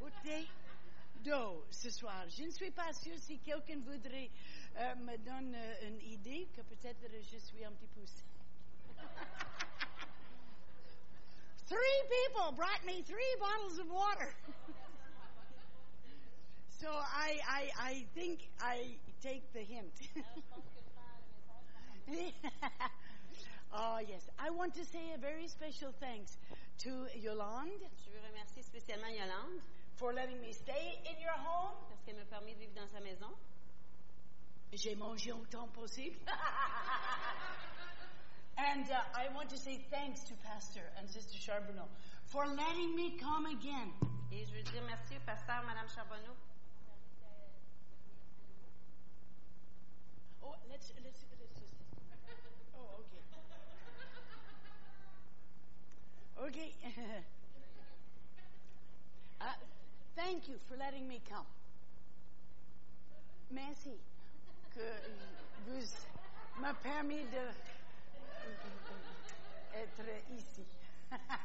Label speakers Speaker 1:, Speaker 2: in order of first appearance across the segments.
Speaker 1: Wednesday?
Speaker 2: d'eau ce soir. Je ne suis pas sûre si quelqu'un voudrait euh, me donner euh, une idée, que peut-être je suis un petit peu...
Speaker 1: Three people brought me three bottles of water.
Speaker 2: So I, I, I think I take the hint. oh, yes. I want to say a very special thanks to Yolande
Speaker 3: Je veux remercier spécialement Yolande
Speaker 2: for letting me stay in your home.
Speaker 3: parce qu'elle m'a permis de vivre dans sa maison.
Speaker 2: J'ai mangé autant possible. and uh, I want to say thanks to Pastor and Sister Charbonneau for letting me come again.
Speaker 3: Et je veux dire merci au pasteur, Madame Charbonneau.
Speaker 2: Oh, let's, let's, let's just. Oh, okay. Okay. uh, thank you for letting me come. Merci que vous m'a permis de être ici. uh,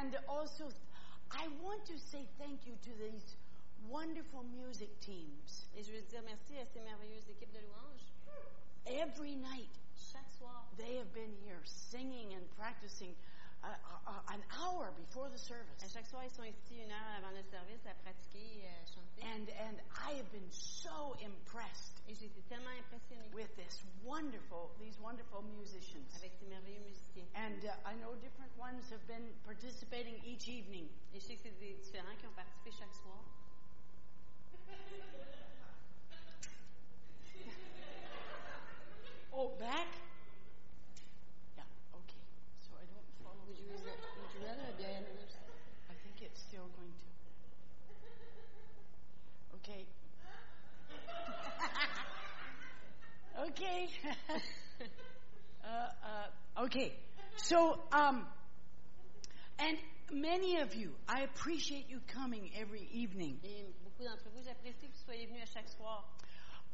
Speaker 2: and also, I want to say thank you to these wonderful music teams.
Speaker 3: Et je veux dire merci à ces merveilleuses équipes de louanges.
Speaker 2: Every night,
Speaker 3: Chaque soir,
Speaker 2: they have been here singing and practicing uh, uh, uh, an hour before the
Speaker 3: à
Speaker 2: service.
Speaker 3: chaque soir, ils sont ici une heure avant le service à pratiquer et à chanter.
Speaker 2: And, and I have been so impressed
Speaker 3: Et j'ai été tellement impressionnée
Speaker 2: with this wonderful, these wonderful musicians.
Speaker 3: avec ces merveilleux musiciens.
Speaker 2: And uh, I know different ones have been participating each evening.
Speaker 3: Et je sais que c'est des différents qui ont participé chaque soir.
Speaker 2: Oh, back? Yeah, okay. So I don't follow.
Speaker 3: Would you, would you rather be an honest?
Speaker 2: I think it's still going to. Okay. okay. uh, uh, okay. So, um, and many of you, I appreciate you coming every evening.
Speaker 3: Et beaucoup d'entre vous, j'apprécie que vous soyez venus à chaque soir.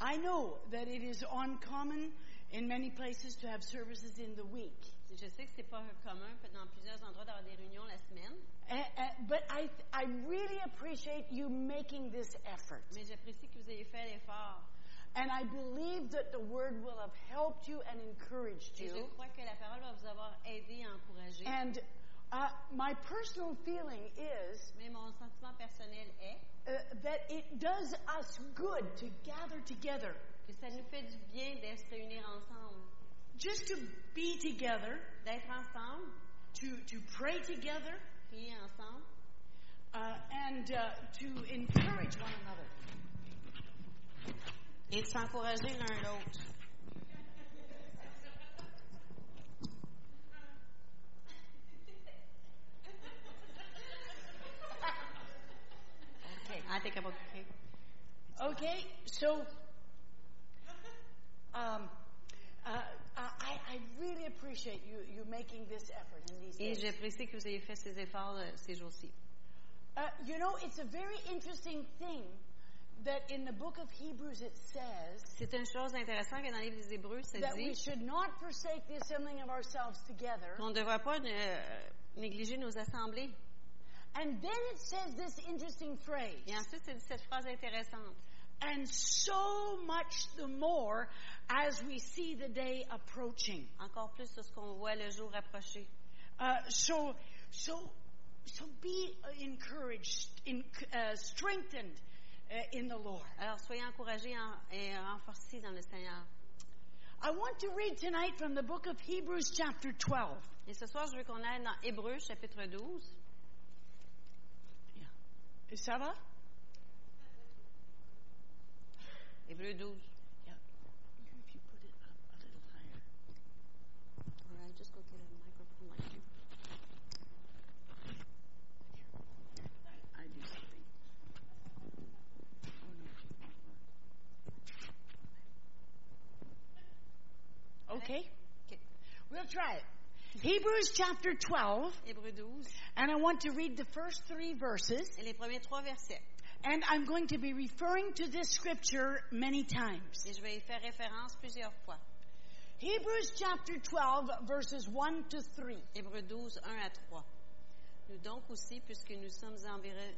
Speaker 2: I know that it is uncommon in many places to have services in the week.
Speaker 3: Je sais que c'est pas commun dans plusieurs endroits d'avoir des réunions la semaine,
Speaker 2: Uh, uh, but I, I really appreciate you making this effort.
Speaker 3: mais j'apprécie que vous ayez fait l'effort.
Speaker 2: And I believe that the word will have helped you and encouraged
Speaker 3: Et
Speaker 2: you.
Speaker 3: je crois que la parole va vous avoir aidé et encouragé.
Speaker 2: And uh, my personal feeling is
Speaker 3: Mais mon sentiment personnel est
Speaker 2: uh, that it does us good to gather together,
Speaker 3: que ça nous fait du bien de se réunir ensemble,
Speaker 2: just to be together,
Speaker 3: d'être ensemble,
Speaker 2: to, to pray together,
Speaker 3: prier ensemble
Speaker 2: uh, and uh, to encourage one another.
Speaker 3: et de s'encourager l'un l'autre.
Speaker 2: Okay.
Speaker 3: Ah, t'es capable de crier.
Speaker 2: Okay, so um, uh, I, I really appreciate you, you making this effort in these
Speaker 3: Et
Speaker 2: days.
Speaker 3: j'apprécie que vous ayez fait ces efforts euh, ces jours-ci.
Speaker 2: Uh, you know, it's a very interesting thing that in the book of Hebrews it says
Speaker 3: C'est une chose intéressante que dans le livre des Hébreux, ça
Speaker 2: that we
Speaker 3: dit
Speaker 2: should not forsake the assembling of ourselves together.
Speaker 3: qu'on ne devrait pas euh, négliger nos assemblées.
Speaker 2: And then it says this interesting
Speaker 3: Et
Speaker 2: phrase.
Speaker 3: ensuite, c'est cette phrase intéressante.
Speaker 2: And so much the more as we see the day approaching.
Speaker 3: Encore plus sur ce qu'on voit le jour approcher.
Speaker 2: Uh, so, so, so be uh, encouraged, in, uh, strengthened uh, in the Lord.
Speaker 3: Alors, soyez encouragés en- et renforcés dans le Seigneur.
Speaker 2: I want to read tonight from the book of Hebrews, chapter 12.
Speaker 3: Et ce soir, je veux qu'on aille dans Hébreux, chapitre 12.
Speaker 2: Yeah. Ça va?
Speaker 3: Hébreux 12.
Speaker 2: Yeah. If you put it up a little higher. I do something. Oh, no, it won't work. Okay.
Speaker 3: Okay.
Speaker 2: We'll try it. Hebrews chapter 12,
Speaker 3: Hébreux 12.
Speaker 2: and I want to read the first three verses,
Speaker 3: Et les premiers trois versets.
Speaker 2: and I'm going to be referring to this scripture many times.
Speaker 3: Et je vais y faire référence plusieurs fois.
Speaker 2: Hebrews chapter 12, verses 1 to 3.
Speaker 3: Hébreux 12, 1 à 3. Nous donc aussi, puisque nous sommes environ-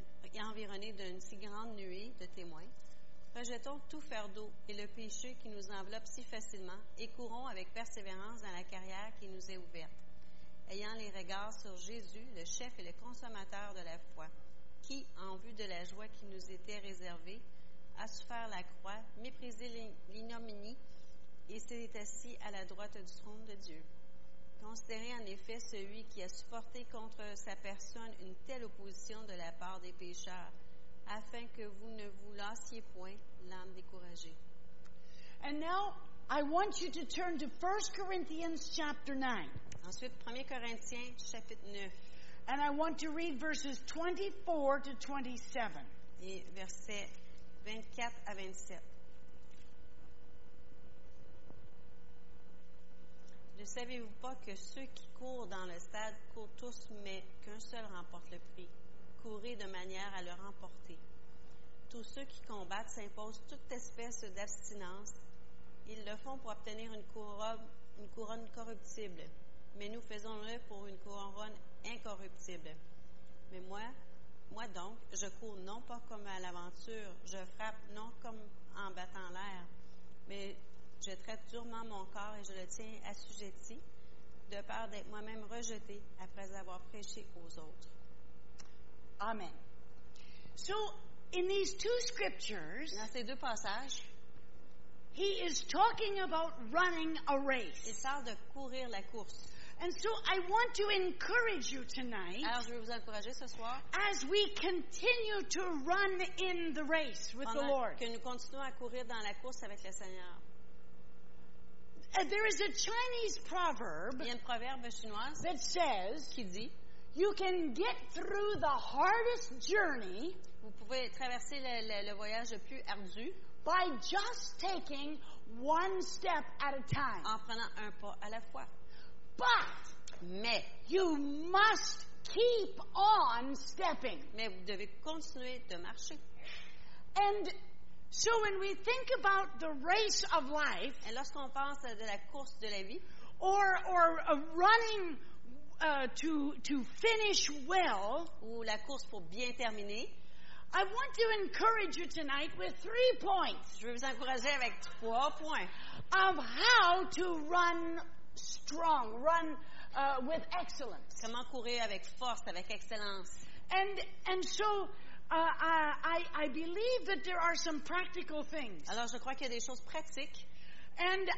Speaker 3: environnés d'une si grande nuée de témoins, rejetons tout fardeau et le péché qui nous enveloppe si facilement et courons avec persévérance dans la carrière qui nous est ouverte, ayant les regards sur Jésus, le chef et le consommateur de la foi, qui, en vue de la joie qui nous était réservée, a souffert la croix, méprisé l'in- l'ignominie et s'est assis à la droite du trône de Dieu. Considérez en effet celui qui a supporté contre sa personne une telle opposition de la part des pécheurs, afin que vous ne vous lassiez point l'âme découragée.
Speaker 2: And now I want you to turn to 1 Corinthians chapter 9.
Speaker 3: Ensuite, 1 Corinthiens, chapitre 9,
Speaker 2: And I want to read verses 24 to 27.
Speaker 3: et versets 24 à 27. Ne savez-vous pas que ceux qui courent dans le stade courent tous, mais qu'un seul remporte le prix? Courez de manière à le remporter. Tous ceux qui combattent s'imposent toute espèce d'abstinence. Ils le font pour obtenir une couronne, une couronne corruptible, mais nous faisons-le pour une couronne incorruptible. Mais moi, moi donc, je cours non pas comme à l'aventure, je frappe non comme en battant l'air, mais je traite durement mon corps et je le tiens assujetti, de peur d'être moi-même rejeté après avoir prêché aux autres.
Speaker 2: Amen. So, in these two scriptures,
Speaker 3: Dans ces deux passages,
Speaker 2: he is talking about running a
Speaker 3: il
Speaker 2: race.
Speaker 3: parle de courir la course.
Speaker 2: And so, I want to encourage you tonight
Speaker 3: Alors, je vais vous encourager ce soir,
Speaker 2: as we continue to run in the race with the
Speaker 3: pendant
Speaker 2: Lord.
Speaker 3: que nous continuons à courir dans la course avec le Seigneur.
Speaker 2: Uh, there is a Chinese proverb
Speaker 3: Il y a une proverbe chinoise
Speaker 2: that says
Speaker 3: qui dit,
Speaker 2: you can get through the hardest journey
Speaker 3: vous pouvez traverser le, le- le voyage le plus ardu
Speaker 2: by just taking one step at a time.
Speaker 3: en prenant un pas à la fois.
Speaker 2: But
Speaker 3: Mais,
Speaker 2: You must keep on stepping.
Speaker 3: mais vous devez continuer de marcher.
Speaker 2: And so when we think about the race of life
Speaker 3: Et lorsqu'on pense de la course de la vie
Speaker 2: or, or uh, running uh, to, to finish well,
Speaker 3: ou la course pour bien terminer,
Speaker 2: I want to encourage you tonight with three points
Speaker 3: je veux vous encourager avec trois points
Speaker 2: of how to run strong, run uh, with excellence.
Speaker 3: comment courir avec force, avec excellence.
Speaker 2: And, and so uh, I, I I believe that there are some practical things.
Speaker 3: Alors je crois qu'il y a des choses pratiques
Speaker 2: And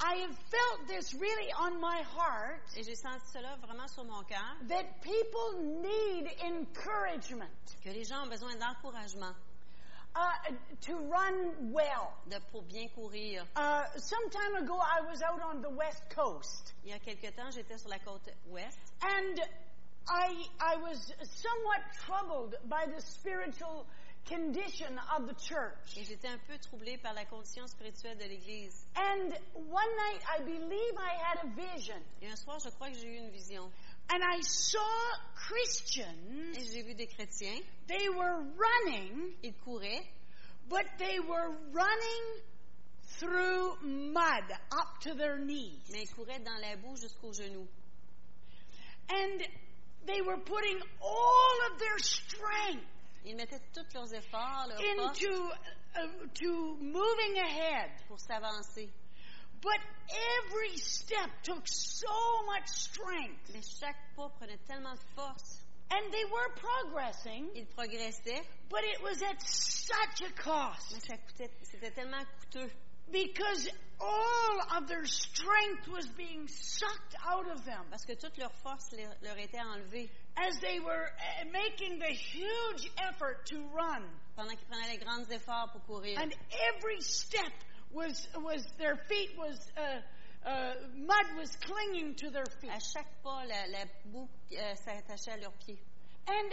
Speaker 2: I have felt this really on my heart
Speaker 3: et j'ai senti cela vraiment sur mon cœur
Speaker 2: that people need encouragement
Speaker 3: que les gens ont besoin d'encouragement
Speaker 2: uh, to run well.
Speaker 3: de pour bien courir.
Speaker 2: Uh, some time ago, I was out on the West Coast
Speaker 3: Il y a quelque temps, j'étais sur la côte ouest
Speaker 2: and I, I was somewhat troubled by the spiritual condition of the church.
Speaker 3: et j'étais un peu troublée par la condition spirituelle de l'Église.
Speaker 2: And one night, I believe I had a vision
Speaker 3: Et un soir, je crois que j'ai eu une vision
Speaker 2: and I saw Christians,
Speaker 3: et j'ai vu des chrétiens,
Speaker 2: they were running
Speaker 3: ils couraient
Speaker 2: But they were running through mud up to their knees.
Speaker 3: mais ils couraient dans la boue jusqu'aux genoux.
Speaker 2: And they were putting all of their strength
Speaker 3: Ils mettaient tous leurs efforts, leurs forces
Speaker 2: into uh, to moving ahead.
Speaker 3: pour s'avancer.
Speaker 2: But every step took so much strength.
Speaker 3: Mais chaque pas prenait tellement de force.
Speaker 2: And they were progressing,
Speaker 3: Ils progressaient,
Speaker 2: but it was at such a
Speaker 3: mais
Speaker 2: cost
Speaker 3: ça coûtait, c'était tellement coûteux
Speaker 2: because all of their strength was being sucked out of them.
Speaker 3: parce que toute leur force leur, leur était enlevée
Speaker 2: as they were uh, making the huge effort to run.
Speaker 3: pendant qu'ils prenaient les grands efforts pour courir.
Speaker 2: And every step was was their feet was uh, uh, mud was clinging to their feet.
Speaker 3: À chaque pas, la, la boue euh, s'attachait à leurs pieds.
Speaker 2: And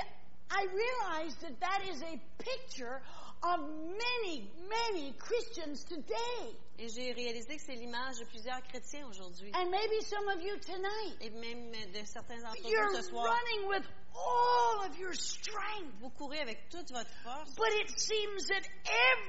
Speaker 2: I realized that that is a picture of many many Christians today,
Speaker 3: Et j'ai réalisé que c'est l'image de plusieurs chrétiens aujourd'hui
Speaker 2: and maybe some of you tonight.
Speaker 3: et même de certains d'entre
Speaker 2: You're
Speaker 3: vous ce soir.
Speaker 2: running with all of your strength,
Speaker 3: Vous courez avec toute votre force,
Speaker 2: but it seems that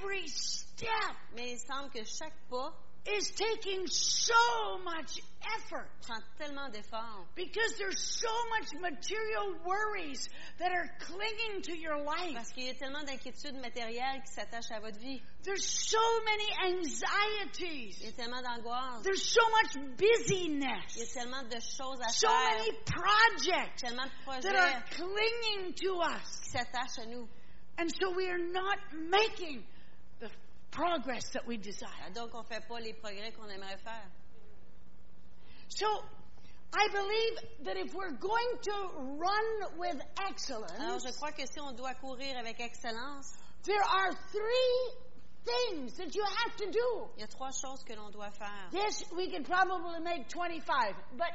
Speaker 2: every step
Speaker 3: mais il semble que chaque pas
Speaker 2: is taking so much effort
Speaker 3: prend tellement d'efforts
Speaker 2: because there's so much material worries that are clinging to your life.
Speaker 3: parce qu'il y a tellement d'inquiétudes matérielles qui s'attachent à votre vie.
Speaker 2: There's so many anxieties.
Speaker 3: Il y a tellement d'angoisse.
Speaker 2: There's so much
Speaker 3: Il y a
Speaker 2: busyness.
Speaker 3: tellement de choses à
Speaker 2: So
Speaker 3: faire.
Speaker 2: many projects
Speaker 3: Tellement de
Speaker 2: that are
Speaker 3: projets
Speaker 2: clinging to us.
Speaker 3: qui s'attachent à nous.
Speaker 2: And so we are not making the progress that we desire.
Speaker 3: Ah, Donc, on ne fait pas les progrès qu'on aimerait faire.
Speaker 2: So I believe that if we're going to run with
Speaker 3: Alors,
Speaker 2: excellence,
Speaker 3: je crois que si on doit courir avec excellence,
Speaker 2: there are three things that you have to do.
Speaker 3: il y a trois choses que l'on doit faire.
Speaker 2: This we could probably make 25, but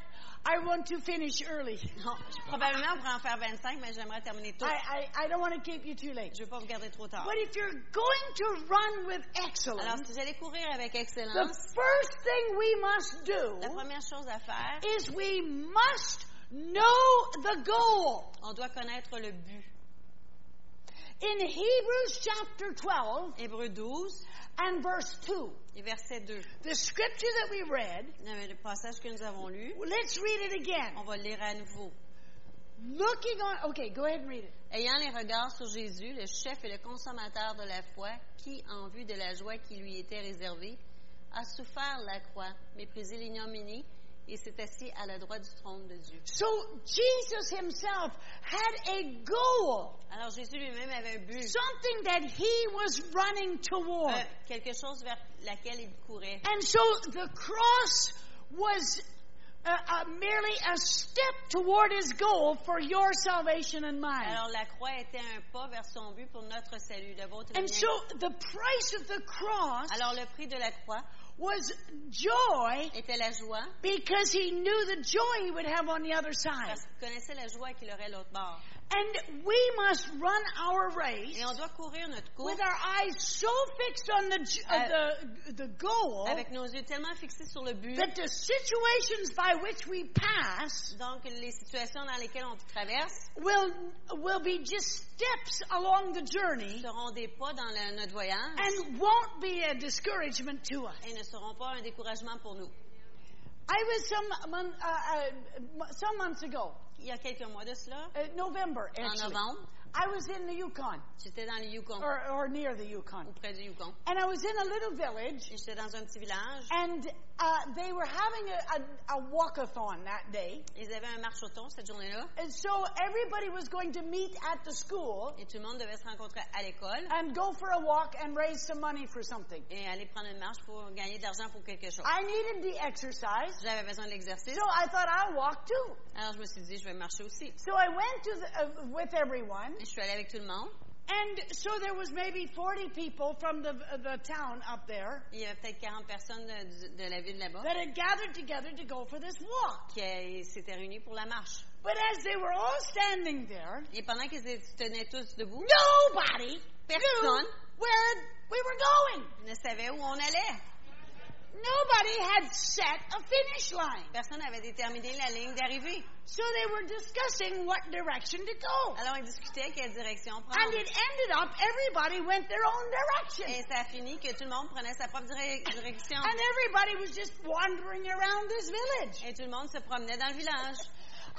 Speaker 2: I want to finish early.
Speaker 3: Non, je- probablement, on pourrait en faire 25, mais j'aimerais terminer tôt.
Speaker 2: I, I, I don't want to keep you too late.
Speaker 3: Je ne veux pas vous garder trop tard.
Speaker 2: But if you're going to run with
Speaker 3: Alors,
Speaker 2: excellence,
Speaker 3: si vous allez courir avec
Speaker 2: the
Speaker 3: excellence,
Speaker 2: first thing we must do
Speaker 3: la première chose à faire,
Speaker 2: is we must know the goal.
Speaker 3: on doit connaître le but.
Speaker 2: In Hebrews chapter 12
Speaker 3: Hébreux 12
Speaker 2: and verse 2,
Speaker 3: et verset 2.
Speaker 2: the scripture that we read,
Speaker 3: Le le passage que nous avons lu,
Speaker 2: let's read it again.
Speaker 3: on va le lire à nouveau.
Speaker 2: Looking on, okay, go ahead and read it.
Speaker 3: Ayant les regards sur Jésus, le chef et le consommateur de la foi, qui, en vue de la joie qui lui était réservée, a souffert la croix, méprisé l'ignominie et s'est assis à la droite du trône de Dieu.
Speaker 2: So Jesus himself had a goal.
Speaker 3: Alors Jésus lui-même avait un but,
Speaker 2: something that he was running toward.
Speaker 3: euh, quelque chose vers laquelle il courait.
Speaker 2: And so the cross was uh, uh, merely a step toward his goal for your salvation and mine.
Speaker 3: Alors la croix était un pas vers son but pour notre salut, le vôtre et le
Speaker 2: And so
Speaker 3: mien.
Speaker 2: the price of the cross
Speaker 3: Alors le prix de la croix
Speaker 2: was joy
Speaker 3: était la joie,
Speaker 2: because he knew the joy he would have on the other side.
Speaker 3: parce qu'il connaissait la joie qu'il aurait l'autre bord.
Speaker 2: And we must run our race
Speaker 3: Et on doit courir notre course
Speaker 2: with our eyes so fixed on the j- uh, the the goal
Speaker 3: avec nos yeux tellement fixés sur le but.
Speaker 2: that the situations by which we pass
Speaker 3: Donc, les situations dans lesquelles on traverse
Speaker 2: will will be just steps along the journey
Speaker 3: seront des pas dans le- notre voyage
Speaker 2: and won't be a discouragement to us.
Speaker 3: et ne seront pas un découragement pour nous.
Speaker 2: I was some mon- uh, uh, some months ago,
Speaker 3: Il y a quelques mois de cela,
Speaker 2: uh, November
Speaker 3: en
Speaker 2: actually.
Speaker 3: novembre,
Speaker 2: I was in the Yukon
Speaker 3: j'étais dans le Yukon,
Speaker 2: or, or near the Yukon,
Speaker 3: ou près du Yukon.
Speaker 2: and I was in a little village,
Speaker 3: Et J'étais dans un petit village.
Speaker 2: and uh, they were having a, a, a walkathon that day,
Speaker 3: Ils avaient un marchoton cette journée-là
Speaker 2: and so everybody was going to meet at the school
Speaker 3: et tout le monde devait se rencontrer à l'école
Speaker 2: and go for a walk and raise some money for something.
Speaker 3: et aller prendre une marche pour gagner de l'argent pour quelque chose.
Speaker 2: I needed the exercise,
Speaker 3: J'avais besoin de l'exercice,
Speaker 2: so I thought I'll walk too.
Speaker 3: alors je me suis dit, je vais marcher aussi.
Speaker 2: So I went to the, uh, with everyone,
Speaker 3: Et je suis allée avec tout le monde.
Speaker 2: and so there was maybe 40 people from the, the town up there
Speaker 3: Il y avait peut-être 40 personnes de, de la ville là-bas
Speaker 2: that had gathered together to go for this walk.
Speaker 3: qui euh, s'étaient réunies pour la marche.
Speaker 2: But as they were all standing there,
Speaker 3: Et pendant qu'ils se tenaient tous debout,
Speaker 2: nobody knew
Speaker 3: Personne.
Speaker 2: where we were going.
Speaker 3: ne savait où on allait.
Speaker 2: Nobody had set a finish line.
Speaker 3: Personne n'avait déterminé la ligne d'arrivée.
Speaker 2: So they were discussing what direction to go.
Speaker 3: Alors, ils discutaient quelle direction
Speaker 2: And
Speaker 3: prendre.
Speaker 2: it ended up everybody went their own
Speaker 3: Et
Speaker 2: direction.
Speaker 3: ça a fini que tout le monde prenait sa propre dire- direction.
Speaker 2: And everybody was just wandering around this village.
Speaker 3: Et tout le monde se promenait dans le village.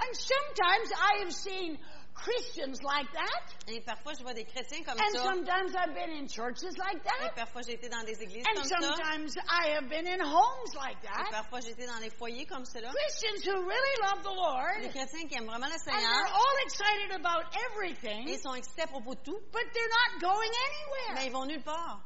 Speaker 2: And sometimes I have seen Christians like that,
Speaker 3: Et parfois, je vois des chrétiens comme
Speaker 2: and
Speaker 3: ça.
Speaker 2: sometimes I've been in churches like
Speaker 3: Et
Speaker 2: that,
Speaker 3: parfois, j'étais dans des églises
Speaker 2: and
Speaker 3: comme ça.
Speaker 2: sometimes I have been in homes like
Speaker 3: Et
Speaker 2: that.
Speaker 3: parfois, j'étais dans des foyers comme cela.
Speaker 2: Christians who really love the
Speaker 3: Des
Speaker 2: Lord,
Speaker 3: chrétiens qui aiment vraiment le
Speaker 2: and they're
Speaker 3: Seigneur.
Speaker 2: all excited about
Speaker 3: Et
Speaker 2: everything,
Speaker 3: ils sont excités à propos de tout.
Speaker 2: but they're not going
Speaker 3: Mais
Speaker 2: anywhere.
Speaker 3: ils vont nulle part.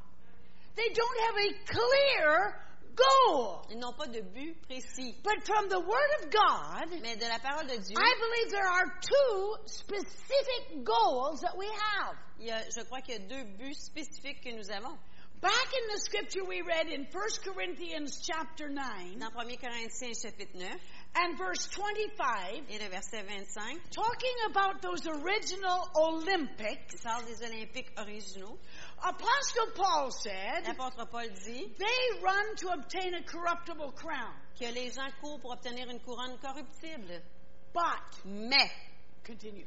Speaker 2: They don't have a clear goal.
Speaker 3: Ils n'ont pas de but précis.
Speaker 2: But from the Word of God,
Speaker 3: Mais de la parole de Dieu,
Speaker 2: I believe there are two specific goals that we have.
Speaker 3: il y a- je crois qu'il y a deux buts spécifiques que nous avons.
Speaker 2: Back in the scripture we read in 1 Corinthians chapter 9
Speaker 3: Dans 1 Corinthiens chapitre 9
Speaker 2: and verse 25,
Speaker 3: et le verset 25,
Speaker 2: talking about those original Olympics,
Speaker 3: il parle des Olympiques originaux.
Speaker 2: Apostle Paul said,
Speaker 3: L'apôtre Paul dit
Speaker 2: They run to obtain a corruptible crown.
Speaker 3: que les gens courent pour obtenir une couronne corruptible.
Speaker 2: But,
Speaker 3: Mais
Speaker 2: continue,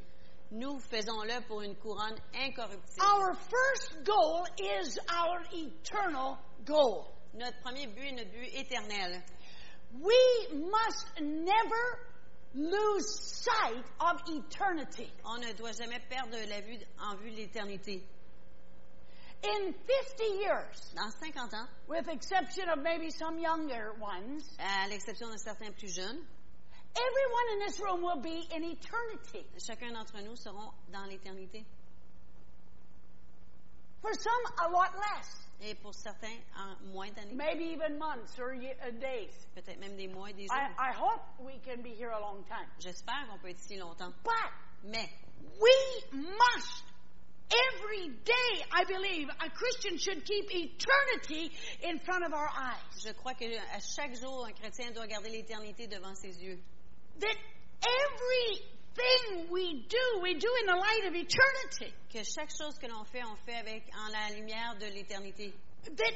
Speaker 3: nous faisons-le pour une couronne incorruptible.
Speaker 2: our first goal is our eternal goal.
Speaker 3: Notre premier but est notre but éternel.
Speaker 2: We must never lose sight of eternity.
Speaker 3: On ne doit jamais perdre la vue en vue de l'éternité.
Speaker 2: In 50 years,
Speaker 3: Dans 50 ans,
Speaker 2: with exception of maybe some younger ones,
Speaker 3: à l'exception de certains plus jeunes,
Speaker 2: everyone in this room will be in eternity.
Speaker 3: chacun d'entre nous seront dans l'éternité.
Speaker 2: For some, a lot less.
Speaker 3: Et pour certains, en moins d'années,
Speaker 2: Maybe even months or ye- uh, days.
Speaker 3: peut-être même des mois et des jours.
Speaker 2: I, I hope we can be here a long time.
Speaker 3: J'espère qu'on peut être ici longtemps.
Speaker 2: But
Speaker 3: Mais
Speaker 2: we must, every day, I believe, a Christian should keep eternity in front of our eyes.
Speaker 3: je crois que à chaque jour, un chrétien doit garder l'éternité devant ses yeux.
Speaker 2: That everything we do, we do in the light of eternity.
Speaker 3: Que chaque chose que l'on fait, on fait avec en la lumière de l'éternité.
Speaker 2: That,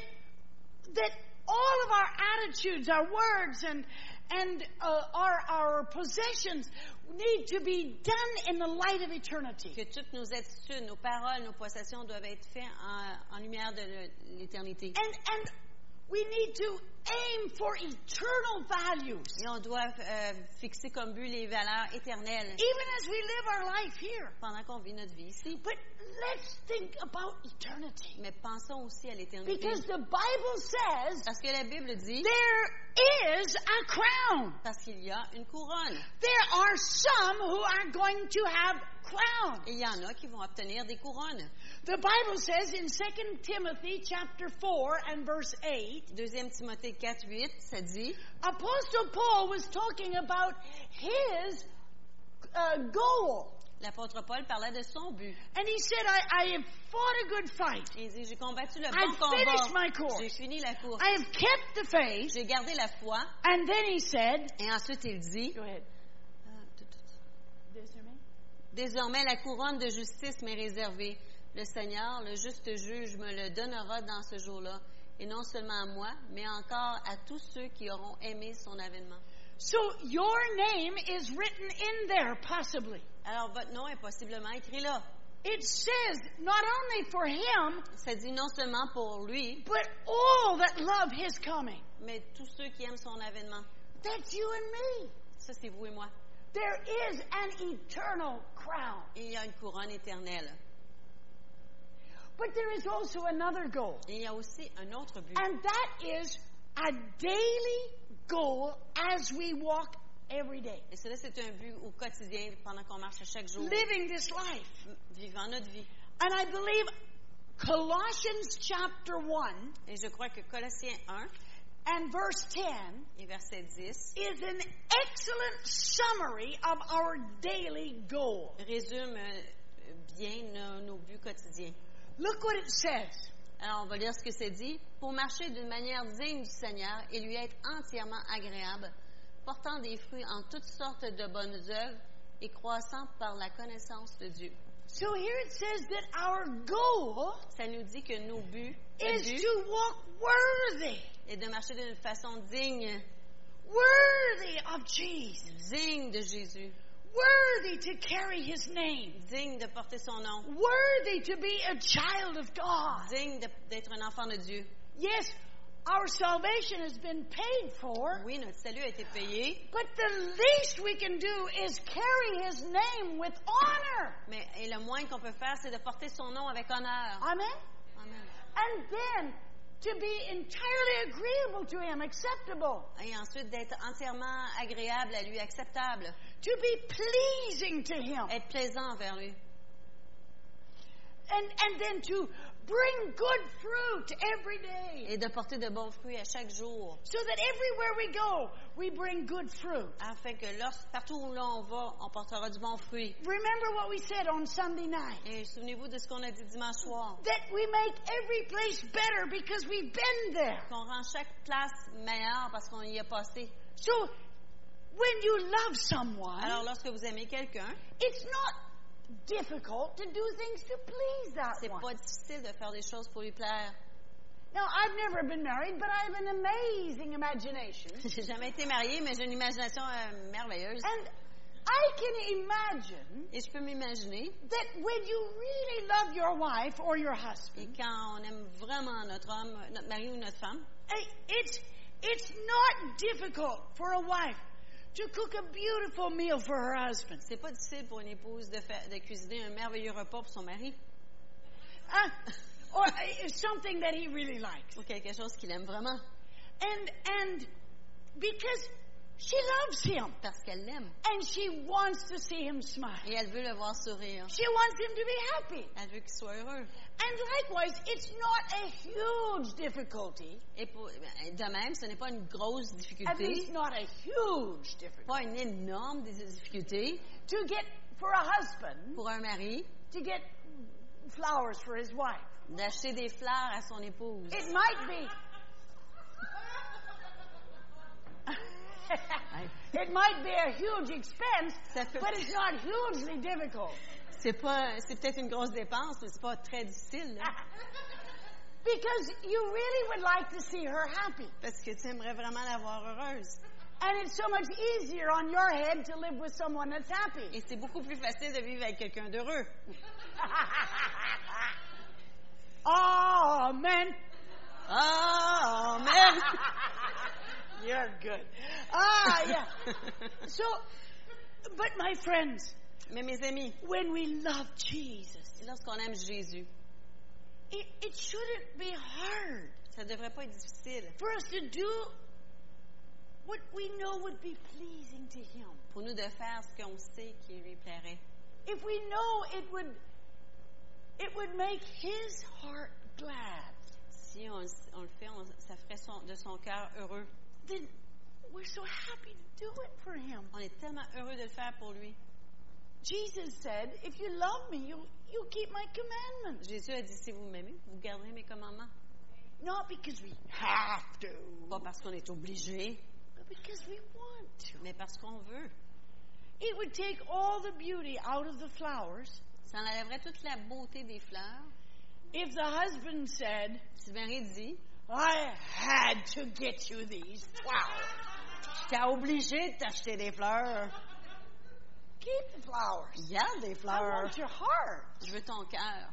Speaker 2: that all of our attitudes, our words, and, and uh, our, our possessions need to be done in the light of eternity.
Speaker 3: Que toutes nos attitudes, nos paroles, nos possessions doivent être faites en, en lumière de le- l'éternité.
Speaker 2: And and we need to aim for eternal values.
Speaker 3: Et on doit euh, fixer comme but les valeurs éternelles
Speaker 2: Even as we live our life here.
Speaker 3: pendant qu'on vit notre vie ici.
Speaker 2: But let's think about eternity.
Speaker 3: Mais pensons aussi à l'éternité.
Speaker 2: Because the Bible says
Speaker 3: Parce que la Bible dit,
Speaker 2: there is a crown.
Speaker 3: parce qu'il y a une couronne.
Speaker 2: There are some who are going to have crowns.
Speaker 3: Et il y en a qui vont obtenir des couronnes.
Speaker 2: The Bible says in 2 Timothy chapter 4 and verse 8,
Speaker 3: 2 Timothée 4, 8, ça dit,
Speaker 2: Apostle Paul was talking about his uh, goal.
Speaker 3: l'apôtre Paul parlait de son but.
Speaker 2: And he said, I, I have fought a good fight.
Speaker 3: Il dit, j'ai combattu le
Speaker 2: I've finished
Speaker 3: bon
Speaker 2: my
Speaker 3: combat.
Speaker 2: course.
Speaker 3: J'ai fini la course.
Speaker 2: I have kept the faith.
Speaker 3: J'ai gardé la foi.
Speaker 2: And then he said,
Speaker 3: Et ensuite, il dit,
Speaker 2: Go ahead. Ah,
Speaker 3: Désormais, la couronne de justice m'est réservée. Le Seigneur, le juste juge, me le donnera dans ce jour-là, et non seulement à moi, mais encore à tous ceux qui auront aimé son avènement.
Speaker 2: So your name is written in there, possibly.
Speaker 3: Alors, votre nom est possiblement écrit là.
Speaker 2: It says not only for him,
Speaker 3: Ça dit non seulement pour lui,
Speaker 2: but all that love his coming.
Speaker 3: mais tous ceux qui aiment son avènement.
Speaker 2: That's you and me.
Speaker 3: Ça, c'est vous et moi.
Speaker 2: There is an eternal crown.
Speaker 3: Et il y a une couronne éternelle.
Speaker 2: But there is also another goal.
Speaker 3: Et il y a aussi un autre but.
Speaker 2: And that is a daily goal as we walk every day.
Speaker 3: Et cela, c'est un but au quotidien, pendant qu'on marche à chaque jour,
Speaker 2: Living this life.
Speaker 3: m- vivant notre vie.
Speaker 2: And I believe Colossians chapter 1
Speaker 3: Et je crois que Colossiens 1
Speaker 2: and verse 10
Speaker 3: et verset 10
Speaker 2: is an excellent summary of our daily goal.
Speaker 3: résume euh, bien nos, nos buts quotidiens.
Speaker 2: Look what it says.
Speaker 3: Alors, on va lire ce que c'est dit. Pour marcher d'une manière digne du Seigneur et lui être entièrement agréable, portant des fruits en toutes sortes de bonnes œuvres et croissant par la connaissance de Dieu.
Speaker 2: So here it says that our goal
Speaker 3: Ça nous dit que nos buts
Speaker 2: is
Speaker 3: le but
Speaker 2: to walk worthy,
Speaker 3: est de marcher d'une façon digne,
Speaker 2: worthy of Jesus,
Speaker 3: digne de Jésus,
Speaker 2: worthy to carry his name,
Speaker 3: digne de porter son nom,
Speaker 2: worthy to be a child of God.
Speaker 3: digne de- d'être un enfant de Dieu.
Speaker 2: Yes, our salvation has been paid for.
Speaker 3: Oui, notre salut a été payé,
Speaker 2: But the least we can do is carry his name with honor.
Speaker 3: mais et le moins qu'on peut faire, c'est de porter son nom avec honneur.
Speaker 2: Amen?
Speaker 3: Amen.
Speaker 2: And then to be entirely agreeable to him, acceptable,
Speaker 3: Et ensuite, d'être entièrement agréable à lui, acceptable,
Speaker 2: to be pleasing to him,
Speaker 3: être plaisant envers lui.
Speaker 2: and, and then to bring good fruit every day.
Speaker 3: Et de porter de bons fruits à chaque jour,
Speaker 2: So that everywhere we go, we bring good fruit.
Speaker 3: afin que lorsque, partout où l'on va, on portera du bon fruit.
Speaker 2: Remember what we said on Sunday night.
Speaker 3: Et souvenez-vous de ce qu'on a dit dimanche soir,
Speaker 2: That we make every place better because we've been there.
Speaker 3: qu'on rend chaque place meilleure parce qu'on y est passé.
Speaker 2: So when you love someone,
Speaker 3: Alors, lorsque vous aimez quelqu'un,
Speaker 2: It's not difficult to do things to please that
Speaker 3: c'est
Speaker 2: one.
Speaker 3: pas difficile de faire des choses pour lui plaire.
Speaker 2: Now, I've never been married, but I have an amazing imagination.
Speaker 3: J'ai jamais été mariée, mais j'ai une imagination euh, merveilleuse.
Speaker 2: and I can imagine
Speaker 3: Et je peux m'imaginer,
Speaker 2: that when you really love your wife or your
Speaker 3: et
Speaker 2: husband,
Speaker 3: quand on aime vraiment notre homme, notre mari ou notre femme,
Speaker 2: eh, it's, it's not difficult for a wife to cook a beautiful meal for her husband.
Speaker 3: C'est pas difficile pour une épouse de, faire, de cuisiner un merveilleux repas pour son mari
Speaker 2: Uh, or uh, something that he really likes.
Speaker 3: ou quelque chose qu'il aime vraiment
Speaker 2: And, and because she loves him
Speaker 3: parce qu'elle l'aime
Speaker 2: and she wants to see him smile.
Speaker 3: et elle veut le voir sourire.
Speaker 2: She wants him to be happy.
Speaker 3: Elle veut qu'il soit heureux.
Speaker 2: And likewise, it's not a huge difficulty,
Speaker 3: Et pour- ben, de même, ce n'est pas une grosse
Speaker 2: at least
Speaker 3: difficulté,
Speaker 2: not a huge difficulty,
Speaker 3: pas une énorme difficulté
Speaker 2: to get for a husband
Speaker 3: pour un mari
Speaker 2: to get flowers for his wife.
Speaker 3: d'acheter des fleurs à son épouse.
Speaker 2: It might be. it might be a huge expense,
Speaker 3: Ça peut-
Speaker 2: but it's not hugely difficult.
Speaker 3: C'est pas, c'est peut-être une grosse dépense, mais c'est pas très difficile. là.
Speaker 2: Ah! Because you really would like to see her happy.
Speaker 3: Parce que tu aimerais vraiment la voir heureuse.
Speaker 2: And it's so much easier on your head to live with someone that's happy.
Speaker 3: Et c'est beaucoup plus facile de vivre avec quelqu'un d'heureux.
Speaker 2: oh, man.
Speaker 3: Oh, man!
Speaker 2: You're good. Ah, yeah. So, but my friends,
Speaker 3: Mais mes amis,
Speaker 2: when we love Jesus,
Speaker 3: lorsqu'on aime Jésus,
Speaker 2: it, it shouldn't be hard
Speaker 3: ça ne devrait pas être difficile
Speaker 2: for us to do what we know would be pleasing to Him.
Speaker 3: pour nous de faire ce qu'on sait qui lui plairait.
Speaker 2: If we know it would, it would make His heart glad,
Speaker 3: Si on, on le fait, on- ça ferait son- de son cœur heureux.
Speaker 2: then we're so happy to do it for Him.
Speaker 3: On est tellement heureux de le faire pour lui.
Speaker 2: Jesus said, "If you love me, you you keep my commandments."
Speaker 3: Jésus a dit, si vous m'aimez, vous garderez mes commandements.
Speaker 2: Not because we have to,
Speaker 3: Pas parce qu'on est obligé,
Speaker 2: but because we want to.
Speaker 3: mais parce qu'on veut.
Speaker 2: It would take all the beauty out of the flowers
Speaker 3: Ça enlèverait toute la beauté des fleurs.
Speaker 2: if the husband said,
Speaker 3: Si le mari dit,
Speaker 2: I had to get you these flowers.
Speaker 3: J'étais obligé de t'acheter des fleurs.
Speaker 2: Keep the flowers.
Speaker 3: Garde des
Speaker 2: I
Speaker 3: fleurs.
Speaker 2: want your heart.
Speaker 3: Je veux ton cœur.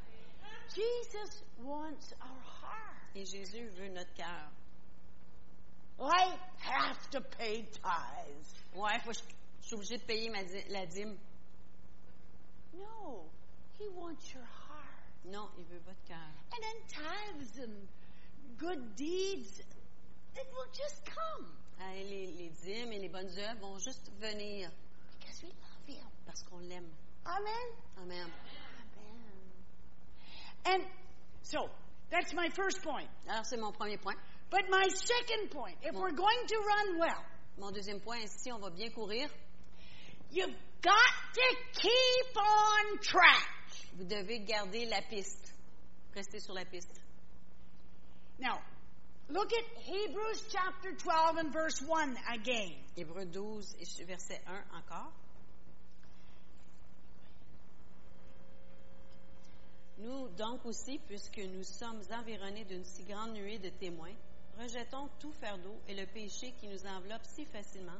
Speaker 2: Jesus wants our heart.
Speaker 3: Et Jésus veut notre cœur.
Speaker 2: I have to pay tithes.
Speaker 3: Ouais, faut que je je suis obligé de payer ma di- la dîme.
Speaker 2: No, he wants your heart.
Speaker 3: Non, il veut votre cœur.
Speaker 2: And then tithes and good deeds, it will just come
Speaker 3: Ah, et Les, les dîmes et les bonnes œuvres vont juste venir
Speaker 2: because we love him.
Speaker 3: parce qu'on l'aime.
Speaker 2: Amen.
Speaker 3: Amen.
Speaker 2: And so that's my first point.
Speaker 3: Alors, c'est mon premier point.
Speaker 2: But my second point, if we're going to run well,
Speaker 3: Mon deuxième point, si on va bien courir,
Speaker 2: you've got to keep on track.
Speaker 3: vous devez garder la piste. Restez sur la piste.
Speaker 2: Now, look at Hebrews chapter 12 and verse 1 again.
Speaker 3: Hébreux 12, et verset 1 encore. Nous donc aussi, puisque nous sommes environnés d'une si grande nuée de témoins, rejetons tout fardeau et le péché qui nous enveloppe si facilement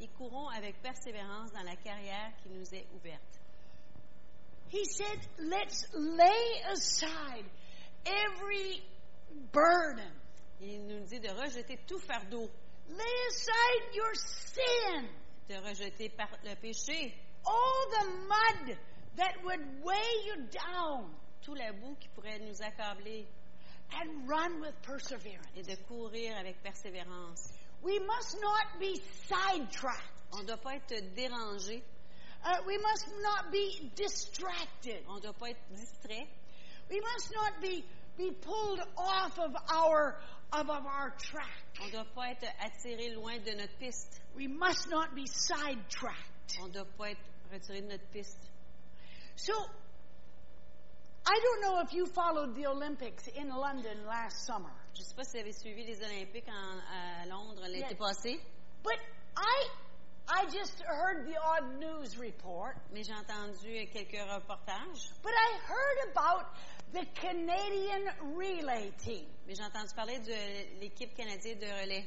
Speaker 3: et courons avec persévérance dans la carrière qui nous est ouverte.
Speaker 2: He said, let's lay aside every burden.
Speaker 3: Il nous dit de rejeter tout fardeau,
Speaker 2: Lay aside your sin,
Speaker 3: de rejeter par le péché,
Speaker 2: all the mud that would weigh you down,
Speaker 3: tout la boue qui pourrait nous accabler
Speaker 2: and run with perseverance.
Speaker 3: et de courir avec persévérance.
Speaker 2: We must not be sidetracked.
Speaker 3: On ne doit pas être dérangé
Speaker 2: Uh, we must not be distracted.
Speaker 3: On ne doit pas être distrait.
Speaker 2: We must not be, be pulled off of our, of, of our track.
Speaker 3: On ne doit pas être attiré loin de notre piste.
Speaker 2: We must not be sidetracked.
Speaker 3: On ne doit pas être retiré de notre piste.
Speaker 2: So, I don't know if you followed the Olympics in London last summer,
Speaker 3: Je ne sais pas si vous avez suivi les Olympiques en- à Londres l'été
Speaker 2: Yes.
Speaker 3: passé,
Speaker 2: but I, I just heard the odd news report,
Speaker 3: mais j'ai entendu quelques reportages.
Speaker 2: but I heard about the Canadian relay team.
Speaker 3: Mais j'ai entendu parler de l'équipe canadienne de relais.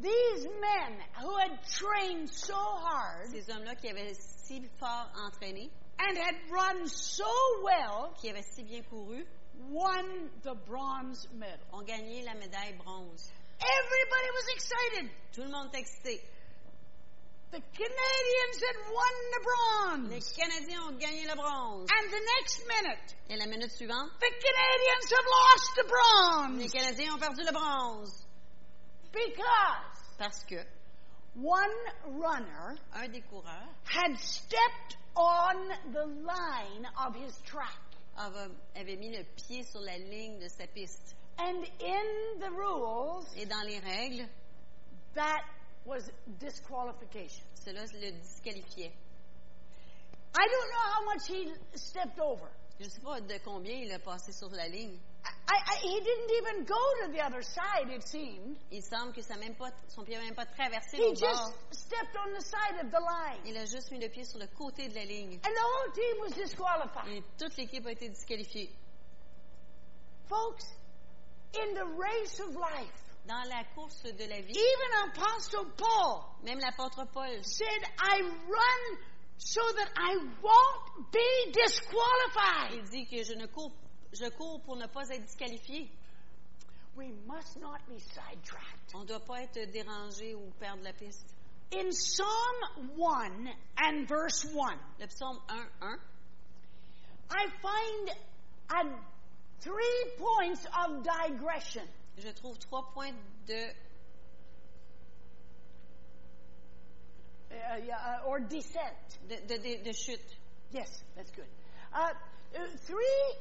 Speaker 2: These men who had trained so hard
Speaker 3: Ces hommes-là qui avaient si fort entraîné,
Speaker 2: and had run so well
Speaker 3: qui avaient si bien couru,
Speaker 2: won the bronze medal.
Speaker 3: ont gagné la médaille bronze.
Speaker 2: Everybody was excited.
Speaker 3: Tout le monde est excité.
Speaker 2: The Canadians had won the
Speaker 3: Les
Speaker 2: bronze.
Speaker 3: Canadiens ont gagné le bronze.
Speaker 2: And the next minute,
Speaker 3: Et la minute suivante,
Speaker 2: the Canadians have lost the
Speaker 3: les
Speaker 2: bronze
Speaker 3: Canadiens ont perdu le bronze.
Speaker 2: because
Speaker 3: Parce que
Speaker 2: one runner
Speaker 3: un des coureurs
Speaker 2: had stepped on the line of his track.
Speaker 3: avait avait mis le pied sur la ligne de sa piste.
Speaker 2: And in the rules,
Speaker 3: Et dans les règles,
Speaker 2: that was disqualification.
Speaker 3: cela le disqualifiait.
Speaker 2: I don't know how much he stepped over.
Speaker 3: Je ne sais pas de combien il a passé sur la ligne.
Speaker 2: I, I, he didn't even go to the other side, it seemed.
Speaker 3: Il semble que ça a même pas, son pied n'a même pas traversé
Speaker 2: He
Speaker 3: le
Speaker 2: just
Speaker 3: bord.
Speaker 2: stepped on the side of the line.
Speaker 3: Il a juste mis le pied sur le côté de la ligne.
Speaker 2: And the whole team was disqualified.
Speaker 3: Et toute l'équipe a été disqualifiée.
Speaker 2: Folks, in the race of life,
Speaker 3: Dans la course de la vie,
Speaker 2: even Apostle Paul
Speaker 3: même l'apôtre Paul
Speaker 2: said, I run so that I won't be disqualified.
Speaker 3: il dit que je ne cours, je cours pour ne pas être disqualifié.
Speaker 2: We must not be sidetracked.
Speaker 3: On ne doit pas être dérangé ou perdre la piste.
Speaker 2: In Psalm 1 and verse 1,
Speaker 3: Le psaume 1, 1,
Speaker 2: I find a, three points of digression.
Speaker 3: je trouve trois points de
Speaker 2: Uh, yeah, uh, or descent.
Speaker 3: de, de, de- de chute.
Speaker 2: Yes, that's good. Uh, uh, three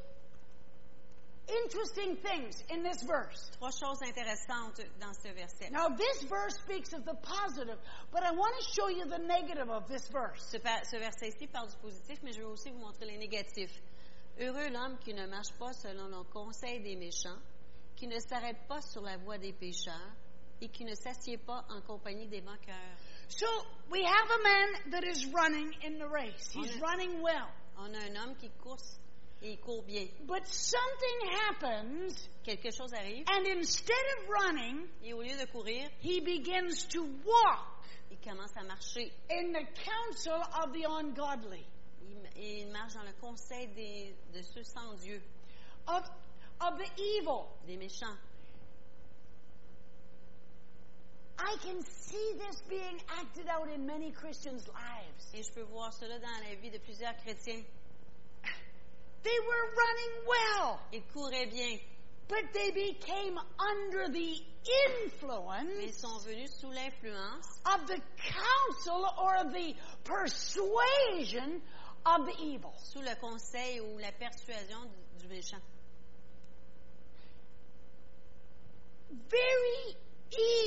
Speaker 2: interesting things in this verse.
Speaker 3: Trois choses intéressantes dans ce verset.
Speaker 2: Now, this verse speaks of the positive, but I want to show you the negative of this verse.
Speaker 3: Ce, pa- ce verset-ci parle du positif, mais je vais aussi vous montrer les négatifs. Heureux l'homme qui ne marche pas selon le conseil des méchants, qui ne s'arrête pas sur la voie des pécheurs et qui ne s'assied pas en compagnie des moqueurs.
Speaker 2: So, we have a man that is running in the race. He's
Speaker 3: Amen.
Speaker 2: running well.
Speaker 3: On a un homme qui court et il court bien.
Speaker 2: But something happens,
Speaker 3: Quelque chose arrive
Speaker 2: and instead of running,
Speaker 3: et au lieu de courir,
Speaker 2: he begins to walk
Speaker 3: il commence à marcher.
Speaker 2: in the counsel of the ungodly.
Speaker 3: Il, et il marche dans le conseil des, de ceux sans Dieu,
Speaker 2: of, of the evil.
Speaker 3: des méchants.
Speaker 2: I can see this being acted out in many Christians' lives.
Speaker 3: Et je peux voir cela dans la vie de plusieurs chrétiens.
Speaker 2: They were running well,
Speaker 3: Ils couraient bien,
Speaker 2: but they became under the
Speaker 3: mais ils
Speaker 2: influence
Speaker 3: sont venus sous l'influence
Speaker 2: of the counsel or the persuasion of the evil.
Speaker 3: sous le conseil ou la persuasion du- du méchant.
Speaker 2: Very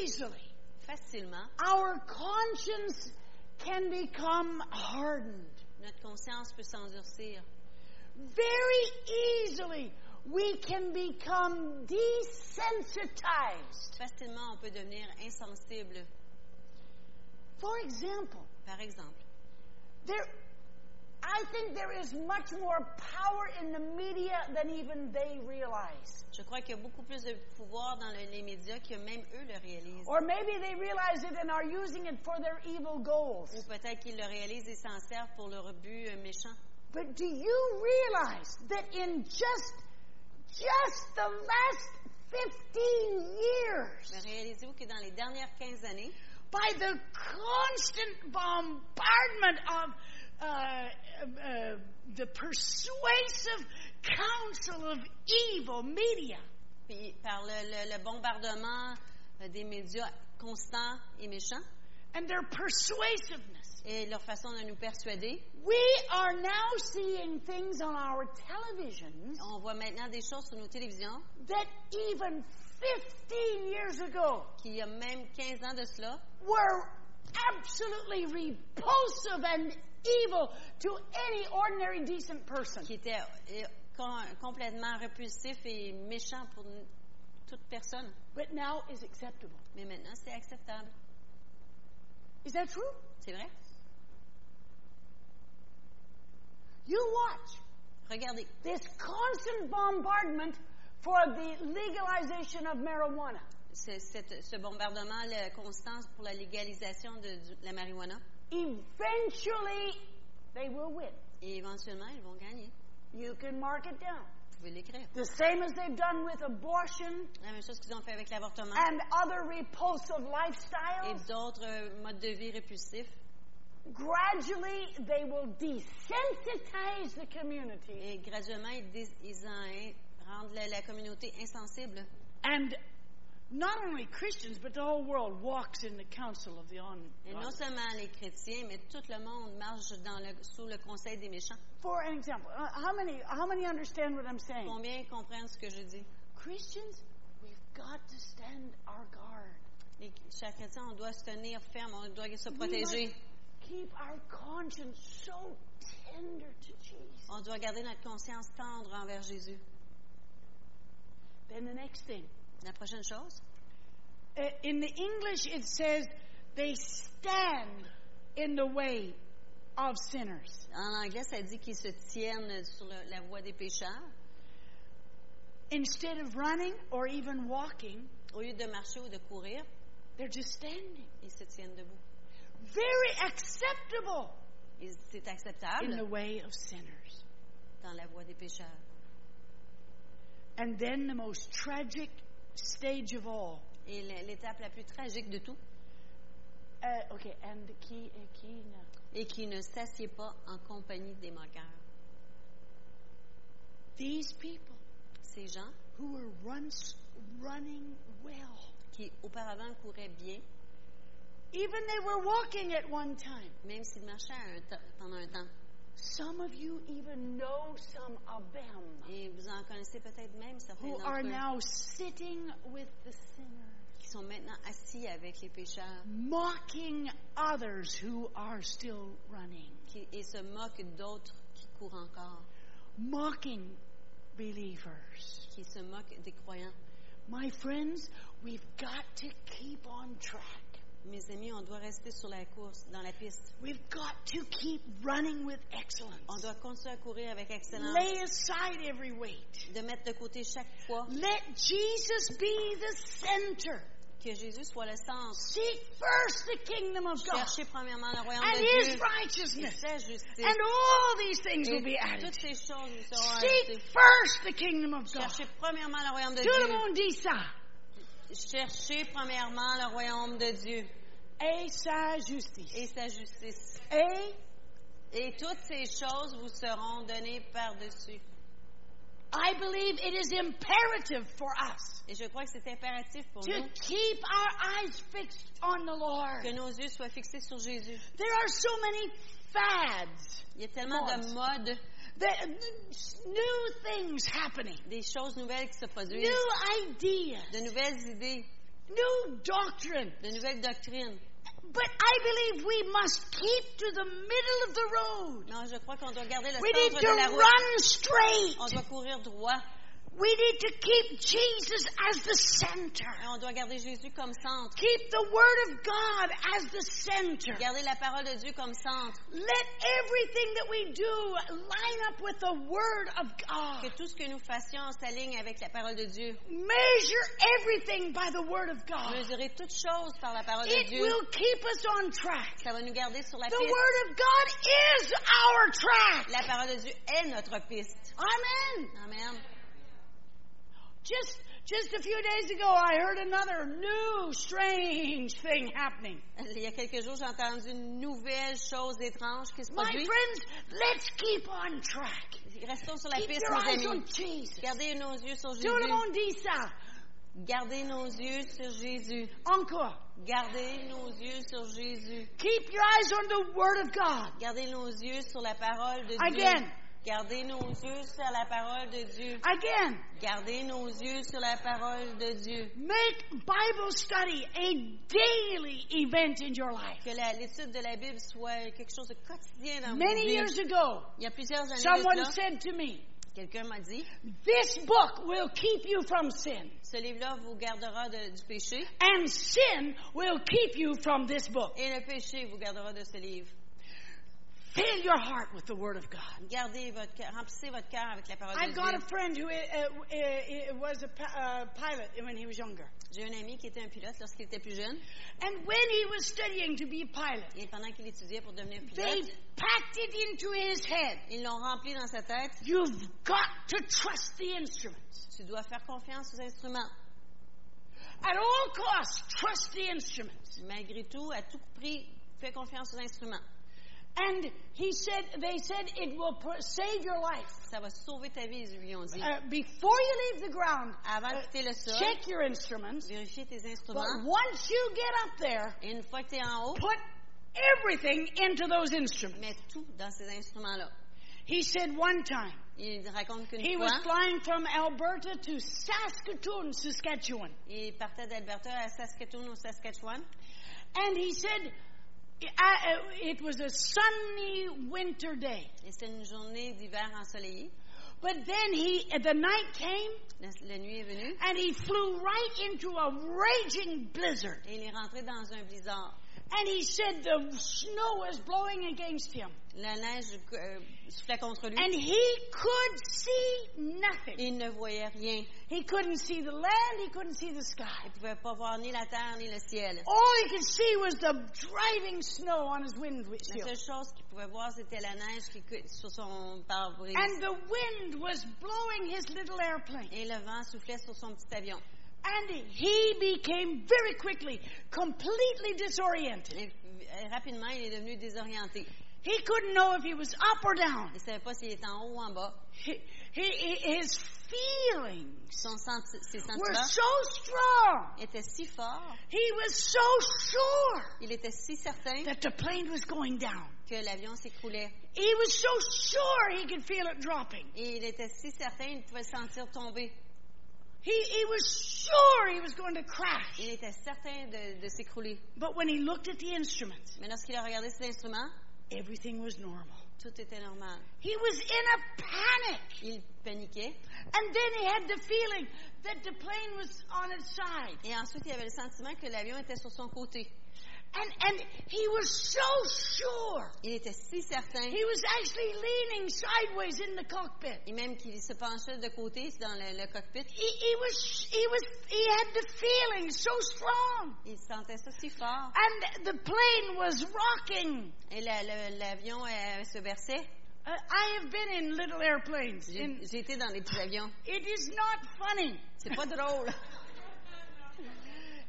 Speaker 2: easily,
Speaker 3: Facilement,
Speaker 2: our conscience can become hardened.
Speaker 3: notre conscience peut s'endurcir.
Speaker 2: Very easily, we can become desensitized.
Speaker 3: Facilement, on peut devenir insensible.
Speaker 2: For example,
Speaker 3: Par exemple,
Speaker 2: there, I think there is much more power in the media than even they realize.
Speaker 3: je crois qu'il y a beaucoup plus de pouvoir dans le- les médias que même eux le réalisent.
Speaker 2: Or maybe they realize it and are using it for their evil goals.
Speaker 3: Ou peut-être qu'ils le réalisent et s'en servent pour leur but euh, méchant.
Speaker 2: But do you realize that in just, just the last 15 years,
Speaker 3: Mais réalisez-vous que dans les dernières 15 années,
Speaker 2: by the constant bombardment of uh, uh, the persuasive counsel of evil media,
Speaker 3: puis par le, le- le bombardement euh, des médias constants et méchants
Speaker 2: and their persuasiveness.
Speaker 3: et leur façon de nous persuader,
Speaker 2: We are now seeing things on our televisions
Speaker 3: on voit maintenant des choses sur nos télévisions
Speaker 2: that even 15 years ago
Speaker 3: qui, il y a même 15 ans de cela,
Speaker 2: were absolutely repulsive and evil to any ordinary decent person.
Speaker 3: qui étaient euh, com- complètement repulsifs et méchants pour n- toute personne.
Speaker 2: But now is acceptable.
Speaker 3: Mais maintenant, c'est acceptable.
Speaker 2: Is that true?
Speaker 3: C'est vrai?
Speaker 2: You watch
Speaker 3: Regardez,
Speaker 2: this constant bombardment for the legalization of marijuana.
Speaker 3: ce, cette- ce bombardement le constant pour la légalisation de, du- la marijuana.
Speaker 2: Eventually, they will win.
Speaker 3: Et éventuellement, ils vont gagner.
Speaker 2: You can mark it down.
Speaker 3: pouvez l'écrire.
Speaker 2: The same as they've done with abortion
Speaker 3: La même chose qu'ils ont fait avec l'avortement
Speaker 2: and other repulsive
Speaker 3: et
Speaker 2: lifestyles,
Speaker 3: d'autres euh, modes de vie répulsifs.
Speaker 2: gradually they will desensitize the community
Speaker 3: Et graduellement, ils, dés- ils en rendent la, la communauté insensible.
Speaker 2: and not only Christians but the whole world walks in the counsel of the
Speaker 3: Et non
Speaker 2: ungodly.
Speaker 3: seulement les chrétiens, mais tout le monde marche dans le- sous le conseil des méchants.
Speaker 2: For an example, uh, how many how many understand what I'm saying?
Speaker 3: Combien comprennent ce que je dis?
Speaker 2: Christians, we've got to stand our guard.
Speaker 3: Les, chers chrétiens, on doit se tenir ferme, on doit se
Speaker 2: We must
Speaker 3: protéger.
Speaker 2: Keep our conscience so tender to Jesus.
Speaker 3: On doit garder notre conscience tendre envers Jésus.
Speaker 2: Then the next thing.
Speaker 3: La prochaine chose,
Speaker 2: Uh, in the English, it says they stand in the way of sinners.
Speaker 3: en anglais, ça dit qu'ils se tiennent sur le- la voie des pécheurs.
Speaker 2: Instead of running or even walking,
Speaker 3: Au lieu de marcher ou de courir,
Speaker 2: they're just standing.
Speaker 3: ils se tiennent debout.
Speaker 2: Very acceptable
Speaker 3: Et C'est
Speaker 2: in the
Speaker 3: acceptable
Speaker 2: way of sinners.
Speaker 3: dans la voie des pécheurs.
Speaker 2: And then the most tragic stage of all.
Speaker 3: Et l'é- l'étape la plus tragique de tout
Speaker 2: Uh, okay, and the key, uh, key now.
Speaker 3: est qu'ils ne s'assied pas en compagnie des moqueurs.
Speaker 2: These people
Speaker 3: Ces gens
Speaker 2: who were once running well,
Speaker 3: qui auparavant couraient bien,
Speaker 2: even they were walking at one time.
Speaker 3: même s'ils marchaient un temps- pendant un temps.
Speaker 2: Some of you even know some of them.
Speaker 3: Et vous en connaissez peut-être même certains
Speaker 2: who
Speaker 3: d'entre
Speaker 2: are
Speaker 3: eux
Speaker 2: now sitting with the sinner,
Speaker 3: qui sont maintenant assis avec les pécheurs
Speaker 2: mocking others who are still running,
Speaker 3: qui- et se moquent d'autres qui courent encore,
Speaker 2: mocking believers.
Speaker 3: qui se moquent des croyants.
Speaker 2: My friends, we've got to keep on track.
Speaker 3: Mes amis, on doit rester sur la course, dans la piste.
Speaker 2: We've got to keep running with
Speaker 3: On
Speaker 2: excellence.
Speaker 3: doit continuer à courir avec excellence,
Speaker 2: Lay aside every weight.
Speaker 3: de mettre de côté chaque fois
Speaker 2: Let Jesus be the center.
Speaker 3: que Jésus soit le centre.
Speaker 2: Seek first the kingdom of God
Speaker 3: Cherchez premièrement le royaume
Speaker 2: and
Speaker 3: de
Speaker 2: his
Speaker 3: Dieu et
Speaker 2: righteousness,
Speaker 3: sa justice.
Speaker 2: and all these things will be
Speaker 3: Et
Speaker 2: added.
Speaker 3: toutes ces choses nous seront ajoutées.
Speaker 2: Seek first the kingdom of God.
Speaker 3: Cherchez premièrement le royaume de
Speaker 2: Tout le
Speaker 3: Dieu.
Speaker 2: monde dit ça.
Speaker 3: Cherchez premièrement le royaume de Dieu
Speaker 2: Et sa justice.
Speaker 3: et sa justice.
Speaker 2: Et
Speaker 3: Et toutes ces choses vous seront données par-dessus.
Speaker 2: I believe it is imperative for us
Speaker 3: Et je crois que c'est impératif pour
Speaker 2: to
Speaker 3: nous
Speaker 2: keep our eyes fixed on the
Speaker 3: que
Speaker 2: Lord.
Speaker 3: nos yeux soient fixés sur Jésus.
Speaker 2: There are so many fads,
Speaker 3: Il y a tellement de modes,
Speaker 2: that, new things happening,
Speaker 3: des choses nouvelles qui se produisent,
Speaker 2: new ideas,
Speaker 3: de nouvelles idées,
Speaker 2: new doctrine.
Speaker 3: de nouvelles doctrines.
Speaker 2: But I believe we must keep to the middle of the road.
Speaker 3: Non, je crois qu'on doit garder le
Speaker 2: We need
Speaker 3: centre
Speaker 2: to
Speaker 3: de la route.
Speaker 2: run straight.
Speaker 3: On doit courir droit
Speaker 2: We need to keep Jesus as the center.
Speaker 3: et hein, on doit garder Jésus comme centre.
Speaker 2: Keep the Word of God as the center.
Speaker 3: Garder la parole de Dieu comme centre.
Speaker 2: Let everything that we do line up with the Word of
Speaker 3: Que
Speaker 2: God.
Speaker 3: tout ce que nous fassions s'aligne avec la parole de Dieu.
Speaker 2: Measure everything by the Word of God.
Speaker 3: Mesurer toutes choses par la parole de
Speaker 2: It
Speaker 3: Dieu.
Speaker 2: will keep us on track.
Speaker 3: Ça va nous garder sur la
Speaker 2: The
Speaker 3: piste.
Speaker 2: Word of God is our track.
Speaker 3: La parole de Dieu est notre piste.
Speaker 2: Amen.
Speaker 3: Amen.
Speaker 2: Just just a few days ago, I heard another new, strange thing happening.
Speaker 3: Il y a quelques jours, j'ai entendu une nouvelle chose étrange qui se
Speaker 2: My
Speaker 3: produit.
Speaker 2: friends, let's keep on track.
Speaker 3: Restons sur la
Speaker 2: Keep
Speaker 3: piste,
Speaker 2: your eyes
Speaker 3: mes
Speaker 2: on
Speaker 3: amis.
Speaker 2: Jesus.
Speaker 3: Gardez nos yeux sur
Speaker 2: Tout le
Speaker 3: Jésus.
Speaker 2: monde dit ça.
Speaker 3: Gardez nos yeux sur Jésus.
Speaker 2: Encore.
Speaker 3: Gardez nos yeux sur Jésus.
Speaker 2: Keep your eyes on the Word of God.
Speaker 3: Gardez nos yeux sur la parole de
Speaker 2: Again.
Speaker 3: Dieu. Gardez nos yeux sur la parole de Dieu.
Speaker 2: Again,
Speaker 3: Gardez nos yeux sur la parole de Dieu.
Speaker 2: make Bible study a daily event in your life.
Speaker 3: Que la- l'étude de la Bible soit quelque chose de quotidien dans votre
Speaker 2: Many
Speaker 3: vie.
Speaker 2: years ago,
Speaker 3: Il y a plusieurs années, de
Speaker 2: someone
Speaker 3: cela,
Speaker 2: said to me,
Speaker 3: quelqu'un m'a dit,
Speaker 2: This book will keep you from sin,
Speaker 3: ce livre-là vous gardera de- du péché
Speaker 2: and sin will keep you from this book.
Speaker 3: et le péché vous gardera de ce livre.
Speaker 2: Fill your heart with the Word of God.
Speaker 3: Gardez votre cœur, remplissez votre cœur avec la parole
Speaker 2: I've
Speaker 3: de
Speaker 2: got a
Speaker 3: Dieu.
Speaker 2: friend who uh, uh, uh, was a pi- uh, pilot when he was younger.
Speaker 3: J'ai un ami qui était un pilote lorsqu'il était plus jeune,
Speaker 2: And when he was studying to be a pilot,
Speaker 3: et pendant qu'il étudiait pour devenir
Speaker 2: they
Speaker 3: pilote,
Speaker 2: packed it into his head.
Speaker 3: ils l'ont rempli dans sa tête.
Speaker 2: You've got to trust the instruments.
Speaker 3: Tu dois faire confiance aux instruments.
Speaker 2: At all costs, trust the instruments.
Speaker 3: Malgré tout, à tout prix, fais confiance aux instruments.
Speaker 2: And he said, they said it will pr- save your life.
Speaker 3: Ça va sauver ta vie, ils lui ont dit.
Speaker 2: Uh, before you leave the ground,
Speaker 3: Avant de quitter le sol,
Speaker 2: euh, check your instruments.
Speaker 3: vérifie tes
Speaker 2: But
Speaker 3: instruments.
Speaker 2: once you get up there,
Speaker 3: Et une fois que tu es en haut,
Speaker 2: put everything into those instruments.
Speaker 3: mets tout dans ces instruments-là.
Speaker 2: He said one time,
Speaker 3: Il raconte
Speaker 2: he
Speaker 3: qu'une
Speaker 2: was
Speaker 3: fois,
Speaker 2: flying from Alberta to Saskatoon, Saskatchewan.
Speaker 3: il partait d'Alberta à Saskatoon, au Saskatchewan.
Speaker 2: And he said, I- uh, it was a sunny winter day.
Speaker 3: Et c'était une journée d'hiver ensoleillée.
Speaker 2: But then he, uh, the night came,
Speaker 3: La, la nuit est venue
Speaker 2: and he flew right into a raging blizzard.
Speaker 3: et il est rentré dans un blizzard.
Speaker 2: And he said the snow was blowing against him.
Speaker 3: La neige euh, soufflait contre lui.
Speaker 2: And he could see nothing.
Speaker 3: Il ne voyait rien.
Speaker 2: He couldn't see the land, he couldn't see the sky.
Speaker 3: Il ne pouvait pas voir ni la terre ni le ciel.
Speaker 2: All he could see was the driving snow on his
Speaker 3: La
Speaker 2: windshield.
Speaker 3: seule chose qu'il pouvait voir, c'était la neige qui cou- sur son pare-brise.
Speaker 2: And the wind was blowing his little airplane.
Speaker 3: Et le vent soufflait sur son petit avion.
Speaker 2: And he became very quickly completely disoriented.
Speaker 3: Et euh, rapidement, il est devenu désorienté.
Speaker 2: He couldn't know if he was up or down.
Speaker 3: Il ne savait pas s'il était en haut ou en bas.
Speaker 2: He, he, he- his feelings
Speaker 3: Son senti- ses
Speaker 2: were
Speaker 3: sentiments
Speaker 2: so strong.
Speaker 3: étaient si forts,
Speaker 2: He was so sure
Speaker 3: il était si certain
Speaker 2: that the plane was going down.
Speaker 3: que l'avion s'écroulait.
Speaker 2: He was so sure he could feel it dropping.
Speaker 3: Et il était si certain, il pouvait le sentir tomber.
Speaker 2: He, he was sure he was going to crash.
Speaker 3: Il était certain de, de s'écrouler.
Speaker 2: But when he looked at the instruments,
Speaker 3: Mais lorsqu'il a regardé ses instruments,
Speaker 2: everything was normal.
Speaker 3: tout était normal.
Speaker 2: He was in a panic.
Speaker 3: Il paniquait.
Speaker 2: And then he had the feeling that the plane was on its side.
Speaker 3: Et ensuite, il avait le sentiment que l'avion était sur son côté.
Speaker 2: And, and he was so sure.
Speaker 3: Il était si certain.
Speaker 2: He was actually leaning sideways in the cockpit.
Speaker 3: Et même qu'il se penchait de côté dans le, le cockpit.
Speaker 2: He, he was, he was, he had the feeling so strong.
Speaker 3: Il sentait ça si fort.
Speaker 2: And the plane was rocking.
Speaker 3: Et la- le- l'avion euh, se versait.
Speaker 2: Uh, I have been in little airplanes.
Speaker 3: J'ai
Speaker 2: And
Speaker 3: j'ai été dans les petits avions.
Speaker 2: it is not funny.
Speaker 3: C'est pas drôle.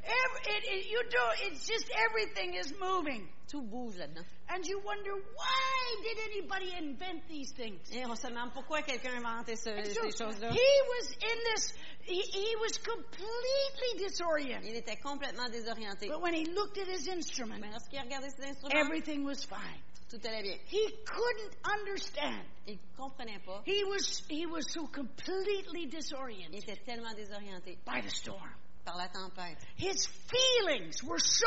Speaker 2: Every, it, it- you do, it's just everything is moving.
Speaker 3: Tout bouge là-dedans.
Speaker 2: And you wonder, why did anybody invent these things?
Speaker 3: Et on se demande pourquoi quelqu'un a inventé ce-
Speaker 2: And so
Speaker 3: ces choses-là.
Speaker 2: he was in this, he, he was completely disoriented.
Speaker 3: Il était complètement désorienté.
Speaker 2: But when he looked at his instrument,
Speaker 3: Mais lorsqu'il a regardé ses instruments,
Speaker 2: everything was fine.
Speaker 3: tout allait bien.
Speaker 2: He couldn't understand.
Speaker 3: Il comprenait pas.
Speaker 2: He was, he was so completely
Speaker 3: Il
Speaker 2: disoriented
Speaker 3: était tellement désorienté
Speaker 2: by the storm.
Speaker 3: par la tempête.
Speaker 2: His feelings were so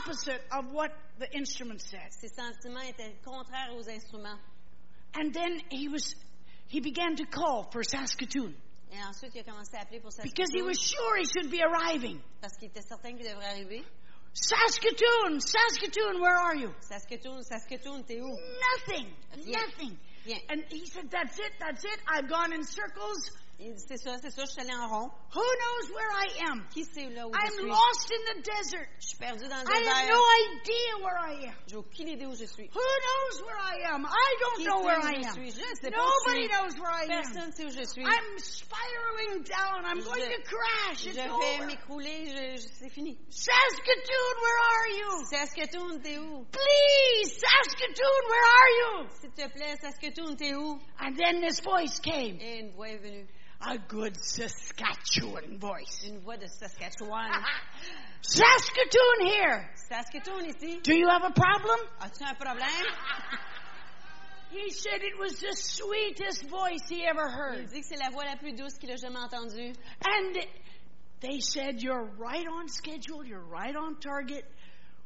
Speaker 2: opposite of what the instrument said.
Speaker 3: Ses sentiments étaient contraires aux instruments.
Speaker 2: And then he was, he began to call for Saskatoon
Speaker 3: Et ensuite, il a commencé à appeler pour
Speaker 2: because he
Speaker 3: Saskatoon
Speaker 2: was sure he should be arriving.
Speaker 3: parce qu'il était certain qu'il devrait arriver.
Speaker 2: Saskatoon, Saskatoon, where are you?
Speaker 3: Saskatoon, Saskatoon, t'es où?
Speaker 2: Nothing.
Speaker 3: Rien.
Speaker 2: Nothing.
Speaker 3: Rien.
Speaker 2: And he said, That's it, that's it. I've gone in circles.
Speaker 3: Il dit, C'est ça, c'est ça, je suis allé en rond.
Speaker 2: Who knows where I am?
Speaker 3: Qui c'est là où je
Speaker 2: I'm
Speaker 3: suis?
Speaker 2: lost in the desert.
Speaker 3: Je suis perdu dans le
Speaker 2: I have
Speaker 3: désert.
Speaker 2: no idea where I am.
Speaker 3: J'ai aucune idée où je suis.
Speaker 2: Who knows where I am? I
Speaker 3: Qui
Speaker 2: don't
Speaker 3: sait
Speaker 2: know where
Speaker 3: où
Speaker 2: I
Speaker 3: je
Speaker 2: am.
Speaker 3: suis? Je ne sais pas où je
Speaker 2: Nobody
Speaker 3: suis.
Speaker 2: knows where I am.
Speaker 3: Personne ne sait où je suis.
Speaker 2: I'm spiraling down. I'm
Speaker 3: Je-
Speaker 2: going to crash.
Speaker 3: Je
Speaker 2: It's
Speaker 3: vais
Speaker 2: over.
Speaker 3: m'écrouler, je- je- c'est fini.
Speaker 2: Saskatoon, where are you?
Speaker 3: Saskatoon, t'es où?
Speaker 2: Please, Saskatoon, where are you?
Speaker 3: S'il te plaît, Saskatoon, t'es où?
Speaker 2: And then this voice came.
Speaker 3: Et une voix est venue.
Speaker 2: A good Saskatchewan voice.
Speaker 3: Une voix de Saskatchewan.
Speaker 2: Saskatoon here.
Speaker 3: Saskatoon ici.
Speaker 2: Do you have a problem?
Speaker 3: As-tu un problème?
Speaker 2: He said it was the sweetest voice he ever
Speaker 3: Il
Speaker 2: heard.
Speaker 3: dit que c'est la voix la plus douce qu'il a jamais entendue.
Speaker 2: And they said, You're right on schedule, you're right on target.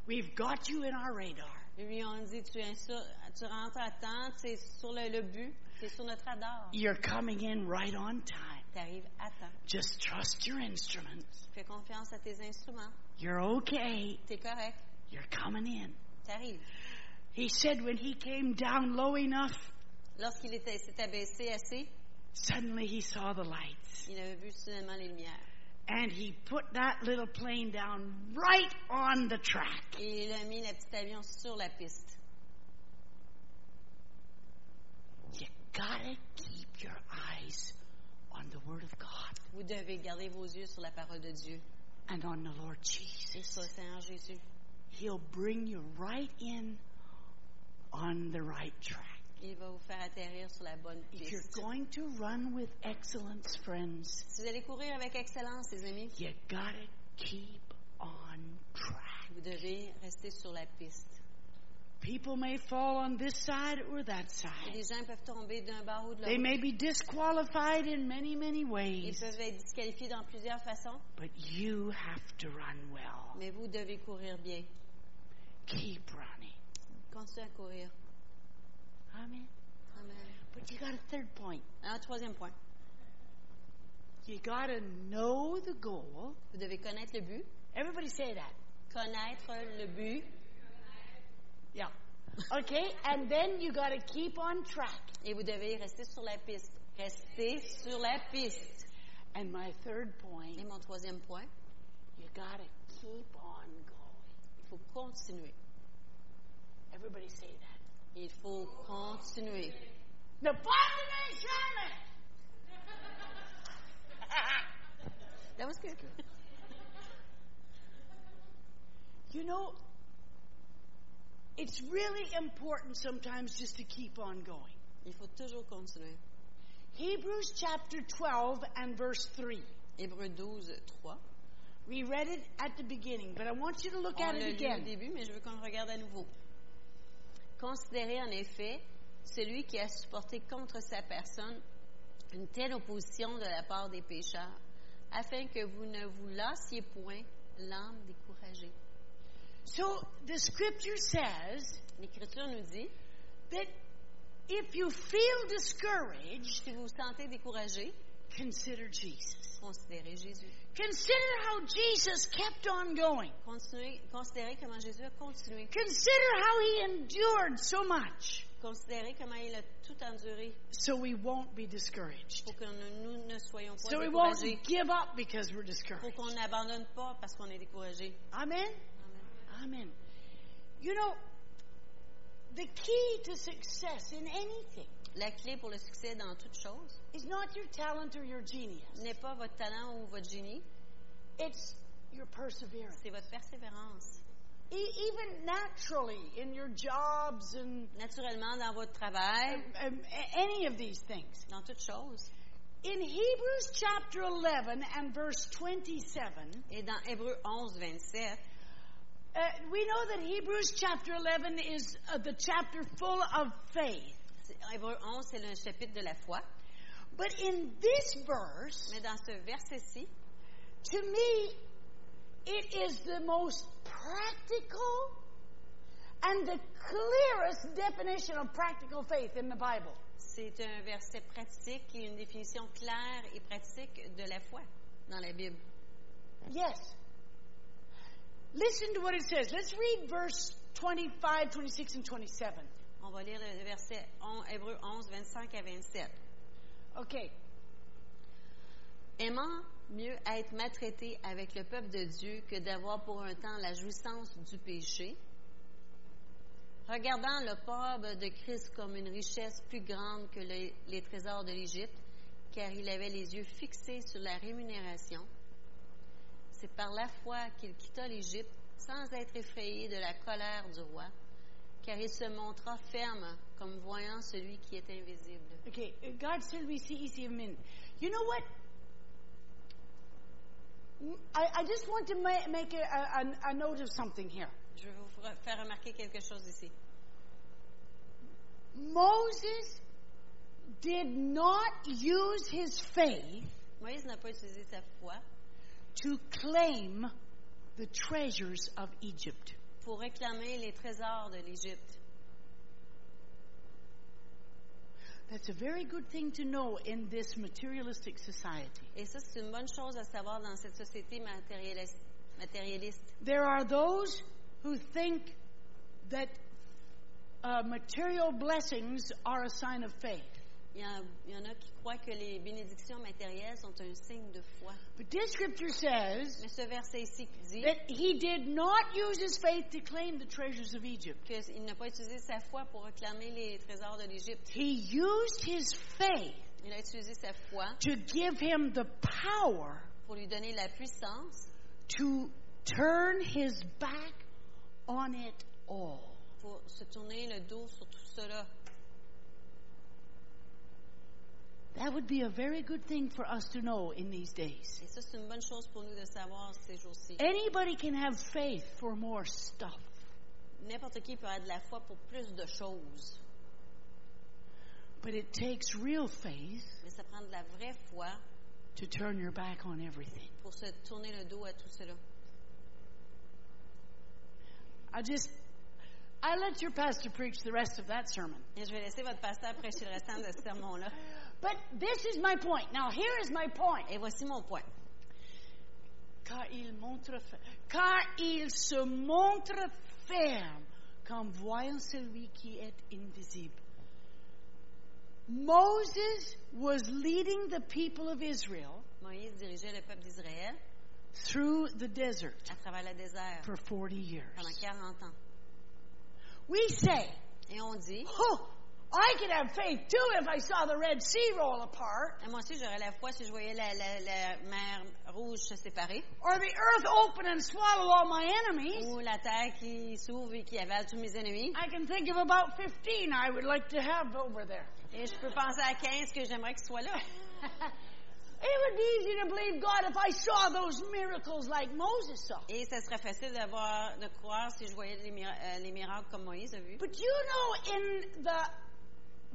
Speaker 2: We've got you in our radar.
Speaker 3: Ils lui ont dit, tu, es sur- tu rentres à temps, tu es sur le, le but, tu es sur notre radar.
Speaker 2: You're coming in right on time.
Speaker 3: Tu arrives à temps.
Speaker 2: Just trust your instruments.
Speaker 3: Fais confiance à tes instruments.
Speaker 2: You're okay.
Speaker 3: Tu es correct.
Speaker 2: You're coming in.
Speaker 3: Tu arrives.
Speaker 2: He said when he came down low enough,
Speaker 3: Lorsqu'il était- s'est abaissé assez,
Speaker 2: suddenly he saw the lights.
Speaker 3: il avait vu soudainement les lumières.
Speaker 2: And he put that little plane down right on the track.
Speaker 3: Et il a mis la petite avion sur la piste.
Speaker 2: You gotta keep your eyes on the Word of God
Speaker 3: Vous devez garder vos yeux sur la parole de Dieu
Speaker 2: and on the Lord
Speaker 3: et sur le
Speaker 2: Jesus.
Speaker 3: Seigneur Jésus.
Speaker 2: He'll bring you right in on the right track.
Speaker 3: Il va vous faire atterrir sur la bonne
Speaker 2: If you're
Speaker 3: piste.
Speaker 2: going to run with excellence, friends,
Speaker 3: Si vous allez courir avec excellence, les amis,
Speaker 2: you gotta keep on track.
Speaker 3: vous devez rester sur la piste.
Speaker 2: People may fall on this side or that side.
Speaker 3: Les gens peuvent tomber d'un bord ou de
Speaker 2: They
Speaker 3: l'autre.
Speaker 2: may be disqualified in many, many
Speaker 3: Ils
Speaker 2: ways,
Speaker 3: peuvent être disqualifiés dans plusieurs façons,
Speaker 2: but you have to run well.
Speaker 3: mais vous devez courir bien.
Speaker 2: Keep running.
Speaker 3: Continuez à courir.
Speaker 2: Amen.
Speaker 3: Amen.
Speaker 2: But you got a third point.
Speaker 3: Un troisième point.
Speaker 2: You got to know the goal.
Speaker 3: Vous devez connaître le but.
Speaker 2: Everybody say that.
Speaker 3: Connaître le but.
Speaker 2: Yeah. Okay, and then you got to keep on track.
Speaker 3: Et vous devez rester sur la piste. Rester sur la piste.
Speaker 2: And my third point,
Speaker 3: Et mon troisième point,
Speaker 2: you got to keep on going.
Speaker 3: il faut continuer.
Speaker 2: Everybody say that.
Speaker 3: Il faut continuer.
Speaker 2: The Boston Shaman!
Speaker 3: That was good.
Speaker 2: You know, it's really important sometimes just to keep on going.
Speaker 3: Il faut toujours continuer.
Speaker 2: Hebrews chapter 12 and verse 3.
Speaker 3: Hébreux 12, 3.
Speaker 2: We read it at the beginning, but I want you to look at
Speaker 3: On l'a
Speaker 2: it
Speaker 3: lu au
Speaker 2: again.
Speaker 3: début, mais je veux qu'on le regarde à nouveau. Considérez en effet celui qui a supporté contre sa personne une telle opposition de la part des pécheurs, afin que vous ne vous lassiez point l'âme découragée.
Speaker 2: So the scripture says
Speaker 3: L'Écriture nous dit,
Speaker 2: that if you feel discouraged,
Speaker 3: si vous vous sentez découragé,
Speaker 2: consider Jesus.
Speaker 3: considérez Jésus.
Speaker 2: Consider how Jesus kept on going.
Speaker 3: Continuez, considérez comment Jésus a continué.
Speaker 2: Consider how he endured so much
Speaker 3: Considérez comment il a tout enduré
Speaker 2: so we won't be discouraged.
Speaker 3: pour que nous, nous ne soyons pas
Speaker 2: So we won't
Speaker 3: découragés,
Speaker 2: give up because we're
Speaker 3: pour
Speaker 2: discouraged.
Speaker 3: qu'on n'abandonne pas parce qu'on est découragé.
Speaker 2: Amen?
Speaker 3: Amen.
Speaker 2: Amen. You know, the key to success in anything
Speaker 3: La clé pour le succès dans toute chose
Speaker 2: is not your talent or your genius,
Speaker 3: n'est pas votre talent ou votre génie,
Speaker 2: it's your perseverance.
Speaker 3: c'est votre persévérance.
Speaker 2: E- even naturally in your jobs and
Speaker 3: Naturellement, dans votre travail,
Speaker 2: um, a- any of these things.
Speaker 3: dans toute chose.
Speaker 2: In Hebrews chapter 11 and verse 27,
Speaker 3: Et dans Hébreux 11, 27,
Speaker 2: uh, we know that Hebrews chapter 11 is uh, the chapter full of faith.
Speaker 3: c'est- Hébreux 11, c'est le chapitre de la foi.
Speaker 2: But in this verse,
Speaker 3: Mais dans ce verset-ci,
Speaker 2: to me, it is the most practical and the clearest definition of practical faith in the Bible.
Speaker 3: c'est un verset pratique et une définition claire et pratique de la foi dans la Bible.
Speaker 2: Yes. Listen to what it says. Let's read verse 25, 26, and 27.
Speaker 3: On va lire le verset 11, Hébreux 11, 25 à 27.
Speaker 2: Okay.
Speaker 3: Aimant mieux être maltraité avec le peuple de Dieu que d'avoir pour un temps la jouissance du péché, regardant le pauvre de Christ comme une richesse plus grande que les, les trésors de l'Égypte, car il avait les yeux fixés sur la rémunération, c'est par la foi qu'il quitta l'Égypte sans être effrayé de la colère du roi, car il se montra ferme comme voyant celui qui est invisible.
Speaker 2: Okay. Uh, God said we see easy men. You know what? Mm, I, I just want to ma- make a, a, a note of something here.
Speaker 3: Je vais vous re- faire remarquer quelque chose ici.
Speaker 2: Moses did not use his faith
Speaker 3: Moïse n'a pas utilisé sa foi
Speaker 2: to claim the treasures of Egypt.
Speaker 3: pour réclamer les trésors de l'Égypte.
Speaker 2: That's a very good thing to know in this materialistic society.
Speaker 3: Et ça, c'est une bonne chose à savoir dans cette société matérialis- matérialiste.
Speaker 2: There are those who think that uh, material blessings are a sign of faith.
Speaker 3: Il y, en, il y en a qui croient que les bénédictions matérielles sont un signe de foi.
Speaker 2: But this scripture says
Speaker 3: Mais ce verset ici qui dit
Speaker 2: that he did not use his faith to claim the treasures of Egypt.
Speaker 3: qu'il n'a pas utilisé sa foi pour réclamer les trésors de l'Égypte.
Speaker 2: He used his faith
Speaker 3: Il a utilisé sa foi
Speaker 2: to give him the power
Speaker 3: pour lui donner la puissance
Speaker 2: to turn his back on it all.
Speaker 3: pour se tourner le dos sur tout cela.
Speaker 2: That would be a very good thing for us to know in these days.
Speaker 3: Et ça, c'est une bonne chose pour nous de savoir ces jours-ci.
Speaker 2: Anybody can have faith for more stuff.
Speaker 3: N'importe qui peut avoir de la foi pour plus de choses.
Speaker 2: But it takes real faith
Speaker 3: Mais ça prend de la vraie foi
Speaker 2: to turn your back on everything.
Speaker 3: pour se tourner le dos à tout cela.
Speaker 2: I just, I let your pastor preach the rest of that sermon.
Speaker 3: Et je vais laisser votre pasteur prêcher le restant de ce sermon-là.
Speaker 2: But this is my point. Now, here is my point.
Speaker 3: Et voici mon point.
Speaker 2: Car il, montre, car il se montre ferme quand voyant celui qui est invisible. Moses was leading the people of Israel
Speaker 3: Moïse dirigeait le peuple d'Israël
Speaker 2: through the desert
Speaker 3: à travers le désert
Speaker 2: for 40
Speaker 3: pendant
Speaker 2: years.
Speaker 3: 40 ans.
Speaker 2: We say,
Speaker 3: Et on dit,
Speaker 2: oh, I could have faith too if I saw the Red Sea roll apart
Speaker 3: Ah, moi aussi, j'aurais la foi si je voyais la, la- la mer rouge se séparer
Speaker 2: or the earth open and swallow all my enemies.
Speaker 3: ou la terre qui s'ouvre et qui avale tous mes ennemis.
Speaker 2: I can think of about 15 I would like to have over there.
Speaker 3: Et je peux penser à 15 que j'aimerais qu'ils soient là.
Speaker 2: It would be easy to believe God if I saw those miracles like Moses saw.
Speaker 3: Et ça serait facile d'avoir, de croire si je voyais les, mira- euh, les miracles comme Moïse a vu.
Speaker 2: But you know, in the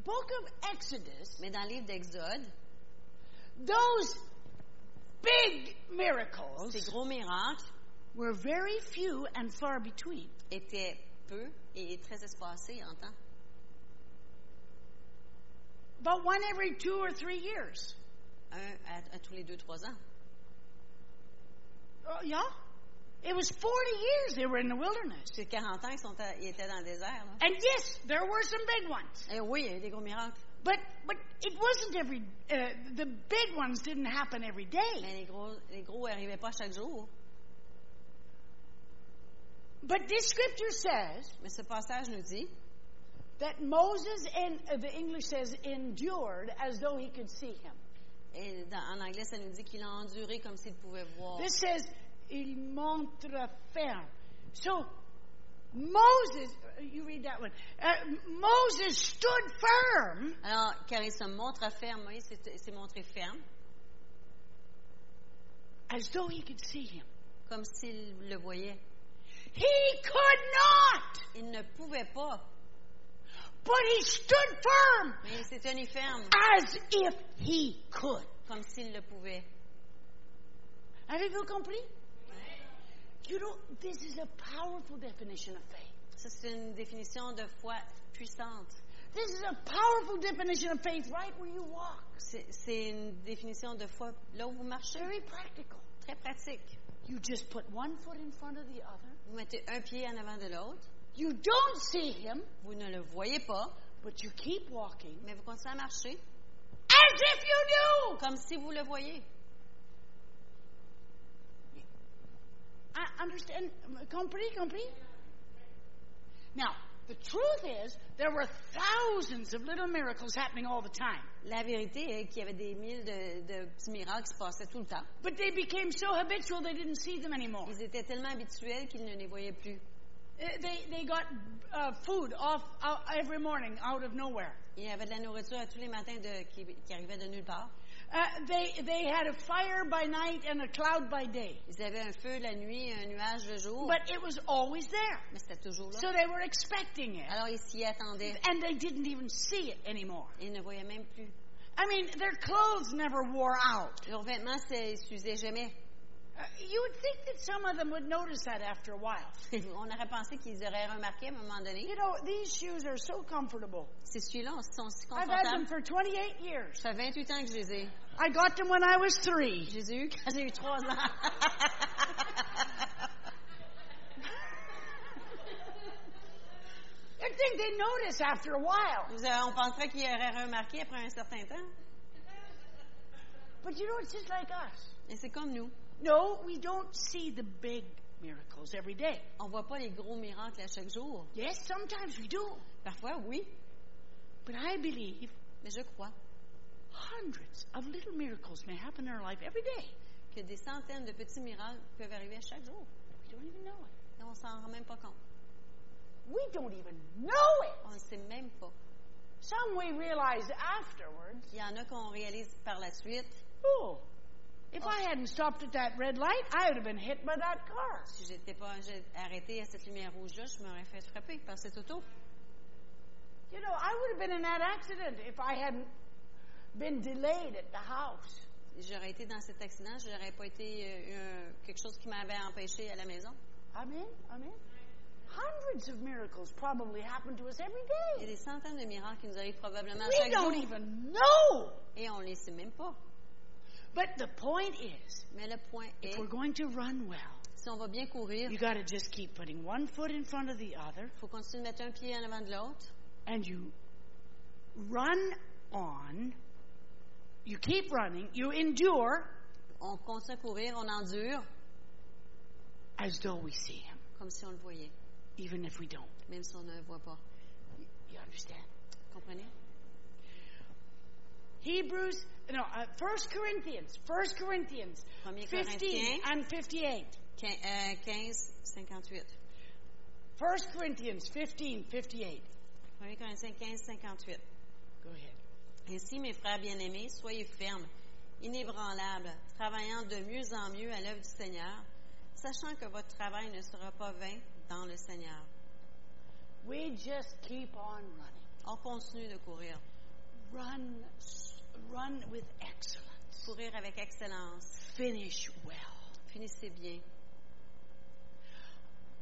Speaker 2: book of Exodus,
Speaker 3: Mais dans le livre d'Exode,
Speaker 2: those big
Speaker 3: ces
Speaker 2: miracles
Speaker 3: gros miracles
Speaker 2: were very few and far between.
Speaker 3: étaient peu et très espacés en temps.
Speaker 2: About one every two or three years.
Speaker 3: Un à, à tous les deux, trois ans.
Speaker 2: Oh, yeah? It was 40 years they were in the wilderness.
Speaker 3: Ces 40 ans, ils, sont à- ils étaient dans le désert. là.
Speaker 2: And yes, there were some big ones.
Speaker 3: Eh oui, il y a eu des gros miracles.
Speaker 2: But, but it wasn't every, uh, the big ones didn't happen every day.
Speaker 3: Mais les gros, les gros n'arrivaient pas chaque jour.
Speaker 2: But this scripture says
Speaker 3: Mais ce passage nous dit
Speaker 2: that Moses and uh, the English says endured as though he could see him.
Speaker 3: Et dans- en anglais, ça nous dit qu'il a enduré comme s'il pouvait voir.
Speaker 2: This says il montre ferme. So Moses, uh, you read that one. Uh, Moses stood firm
Speaker 3: Alors, car il se montre ferme, Moïse s'est s'est montré ferme,
Speaker 2: as though he could see him.
Speaker 3: comme s'il le voyait.
Speaker 2: He could not,
Speaker 3: Il ne pouvait pas,
Speaker 2: but he stood firm
Speaker 3: mais il s'est tenu ferme,
Speaker 2: as if he could.
Speaker 3: comme s'il le pouvait.
Speaker 2: Avez-vous compris? You know, this is a powerful definition of faith.
Speaker 3: Ça, c'est une définition de foi puissante.
Speaker 2: This is a powerful definition of faith right where you walk.
Speaker 3: C'est c'est une définition de foi là où vous marchez,
Speaker 2: Very practical.
Speaker 3: très pratique.
Speaker 2: You just put one foot in front of the other.
Speaker 3: Vous mettez un pied en avant de l'autre,
Speaker 2: You don't see him,
Speaker 3: vous ne le voyez pas,
Speaker 2: but you keep walking
Speaker 3: mais vous continuez à marcher,
Speaker 2: as if you do.
Speaker 3: comme si vous le voyez.
Speaker 2: I understand. Compris, compris? Now, the truth is, there were thousands of little miracles happening all the time,
Speaker 3: La vérité est qu'il y avait des mille de, de petits miracles qui se passaient tout le temps.
Speaker 2: but they became so habitual they didn't see them anymore.
Speaker 3: Ils étaient tellement habituels qu'ils ne les voyaient plus.
Speaker 2: Uh, They, they got uh, food off out every morning out of nowhere.
Speaker 3: Il y avait de la nourriture à tous les matins de- qui, qui arrivait de nulle part.
Speaker 2: Uh, they, they had a fire by night and a cloud by day.
Speaker 3: Ils avaient un feu la nuit, un nuage le jour,
Speaker 2: But it was always there.
Speaker 3: mais c'était toujours là.
Speaker 2: So they were expecting it.
Speaker 3: Alors ils s'y attendaient.
Speaker 2: And they didn't even see it anymore.
Speaker 3: Ils ne voyaient même plus.
Speaker 2: I mean, their clothes never wore out.
Speaker 3: Leurs vêtements c'est- ils s'usaient jamais.
Speaker 2: Uh, you would think that some of them would notice that after a while.
Speaker 3: On aurait pensé qu'ils auraient remarqué à un moment donné.
Speaker 2: You know, these shoes are so comfortable.
Speaker 3: Ces celui-là, on- sont si
Speaker 2: I've had them
Speaker 3: confortables.
Speaker 2: for 28 years.
Speaker 3: Ça fait 28 ans que je les ai.
Speaker 2: I got them when I was three.
Speaker 3: Je les ai eus quand j'ai eu 3 ans.
Speaker 2: It You'd think they notice after a while.
Speaker 3: Nous, euh, on penserait qu'il aurait remarqué après un certain temps.
Speaker 2: But you know, it's just like us.
Speaker 3: Et c'est comme nous.
Speaker 2: No, we don't see the big miracles every day.
Speaker 3: On ne voit pas les gros miracles à chaque jour.
Speaker 2: Yes, sometimes we do.
Speaker 3: Parfois, oui,
Speaker 2: But I believe
Speaker 3: mais je crois
Speaker 2: hundreds of little miracles may happen in our life every day.
Speaker 3: que des centaines de petits miracles peuvent arriver à chaque jour.
Speaker 2: We don't even know it.
Speaker 3: Et on s'en rend même pas compte.
Speaker 2: We don't even know it.
Speaker 3: On ne sait même pas.
Speaker 2: Some we realize afterwards.
Speaker 3: Il y en a qu'on réalise par la suite.
Speaker 2: Oh, if I hadn't stopped at that red light, I would have been hit by that car.
Speaker 3: Si j'étais pas j'ai arrêté à cette lumière rouge-là, je m'aurais fait frapper par cette auto.
Speaker 2: You know, I would have been in that accident if I hadn't been delayed at the house.
Speaker 3: J'aurais été dans cet accident, je n'aurais pas été euh, un- quelque chose qui m'avait empêché à la maison.
Speaker 2: Amen. Amen. Hundreds of miracles probably happen to us every
Speaker 3: Il y a
Speaker 2: day.
Speaker 3: des centaines de miracles qui nous arrivent probablement à
Speaker 2: We
Speaker 3: chaque
Speaker 2: don't
Speaker 3: jour
Speaker 2: even know.
Speaker 3: et on ne les sait même pas.
Speaker 2: But the point is,
Speaker 3: Mais le point est,
Speaker 2: if we're going to run well,
Speaker 3: si on va bien courir,
Speaker 2: you got to just keep putting one foot in front of the other,
Speaker 3: il faut continuer de mettre un pied en avant de l'autre.
Speaker 2: and you run on. You keep running. You endure
Speaker 3: On continue à courir, on endure,
Speaker 2: as though we see him,
Speaker 3: comme si on le voyait,
Speaker 2: even if we don't.
Speaker 3: même si on ne le voit pas.
Speaker 2: You understand?
Speaker 3: Comprenez?
Speaker 2: Hebrews, no, uh, 1 Corinthians, 1 Corinthians,
Speaker 3: Premier
Speaker 2: 15
Speaker 3: Corinthiens.
Speaker 2: and 58.
Speaker 3: Quin- euh, 15, 58.
Speaker 2: 1 Corinthians 15, 58.
Speaker 3: 1 Corinthiens 15, 58.
Speaker 2: Go ahead.
Speaker 3: Ainsi, mes frères bien-aimés, soyez fermes, inébranlables, travaillant de mieux en mieux à l'œuvre du Seigneur, sachant que votre travail ne sera pas vain dans le Seigneur.
Speaker 2: We just keep on running.
Speaker 3: On continue de courir.
Speaker 2: Run, s- run with excellence.
Speaker 3: Courir avec excellence.
Speaker 2: Finish well.
Speaker 3: Finissez bien.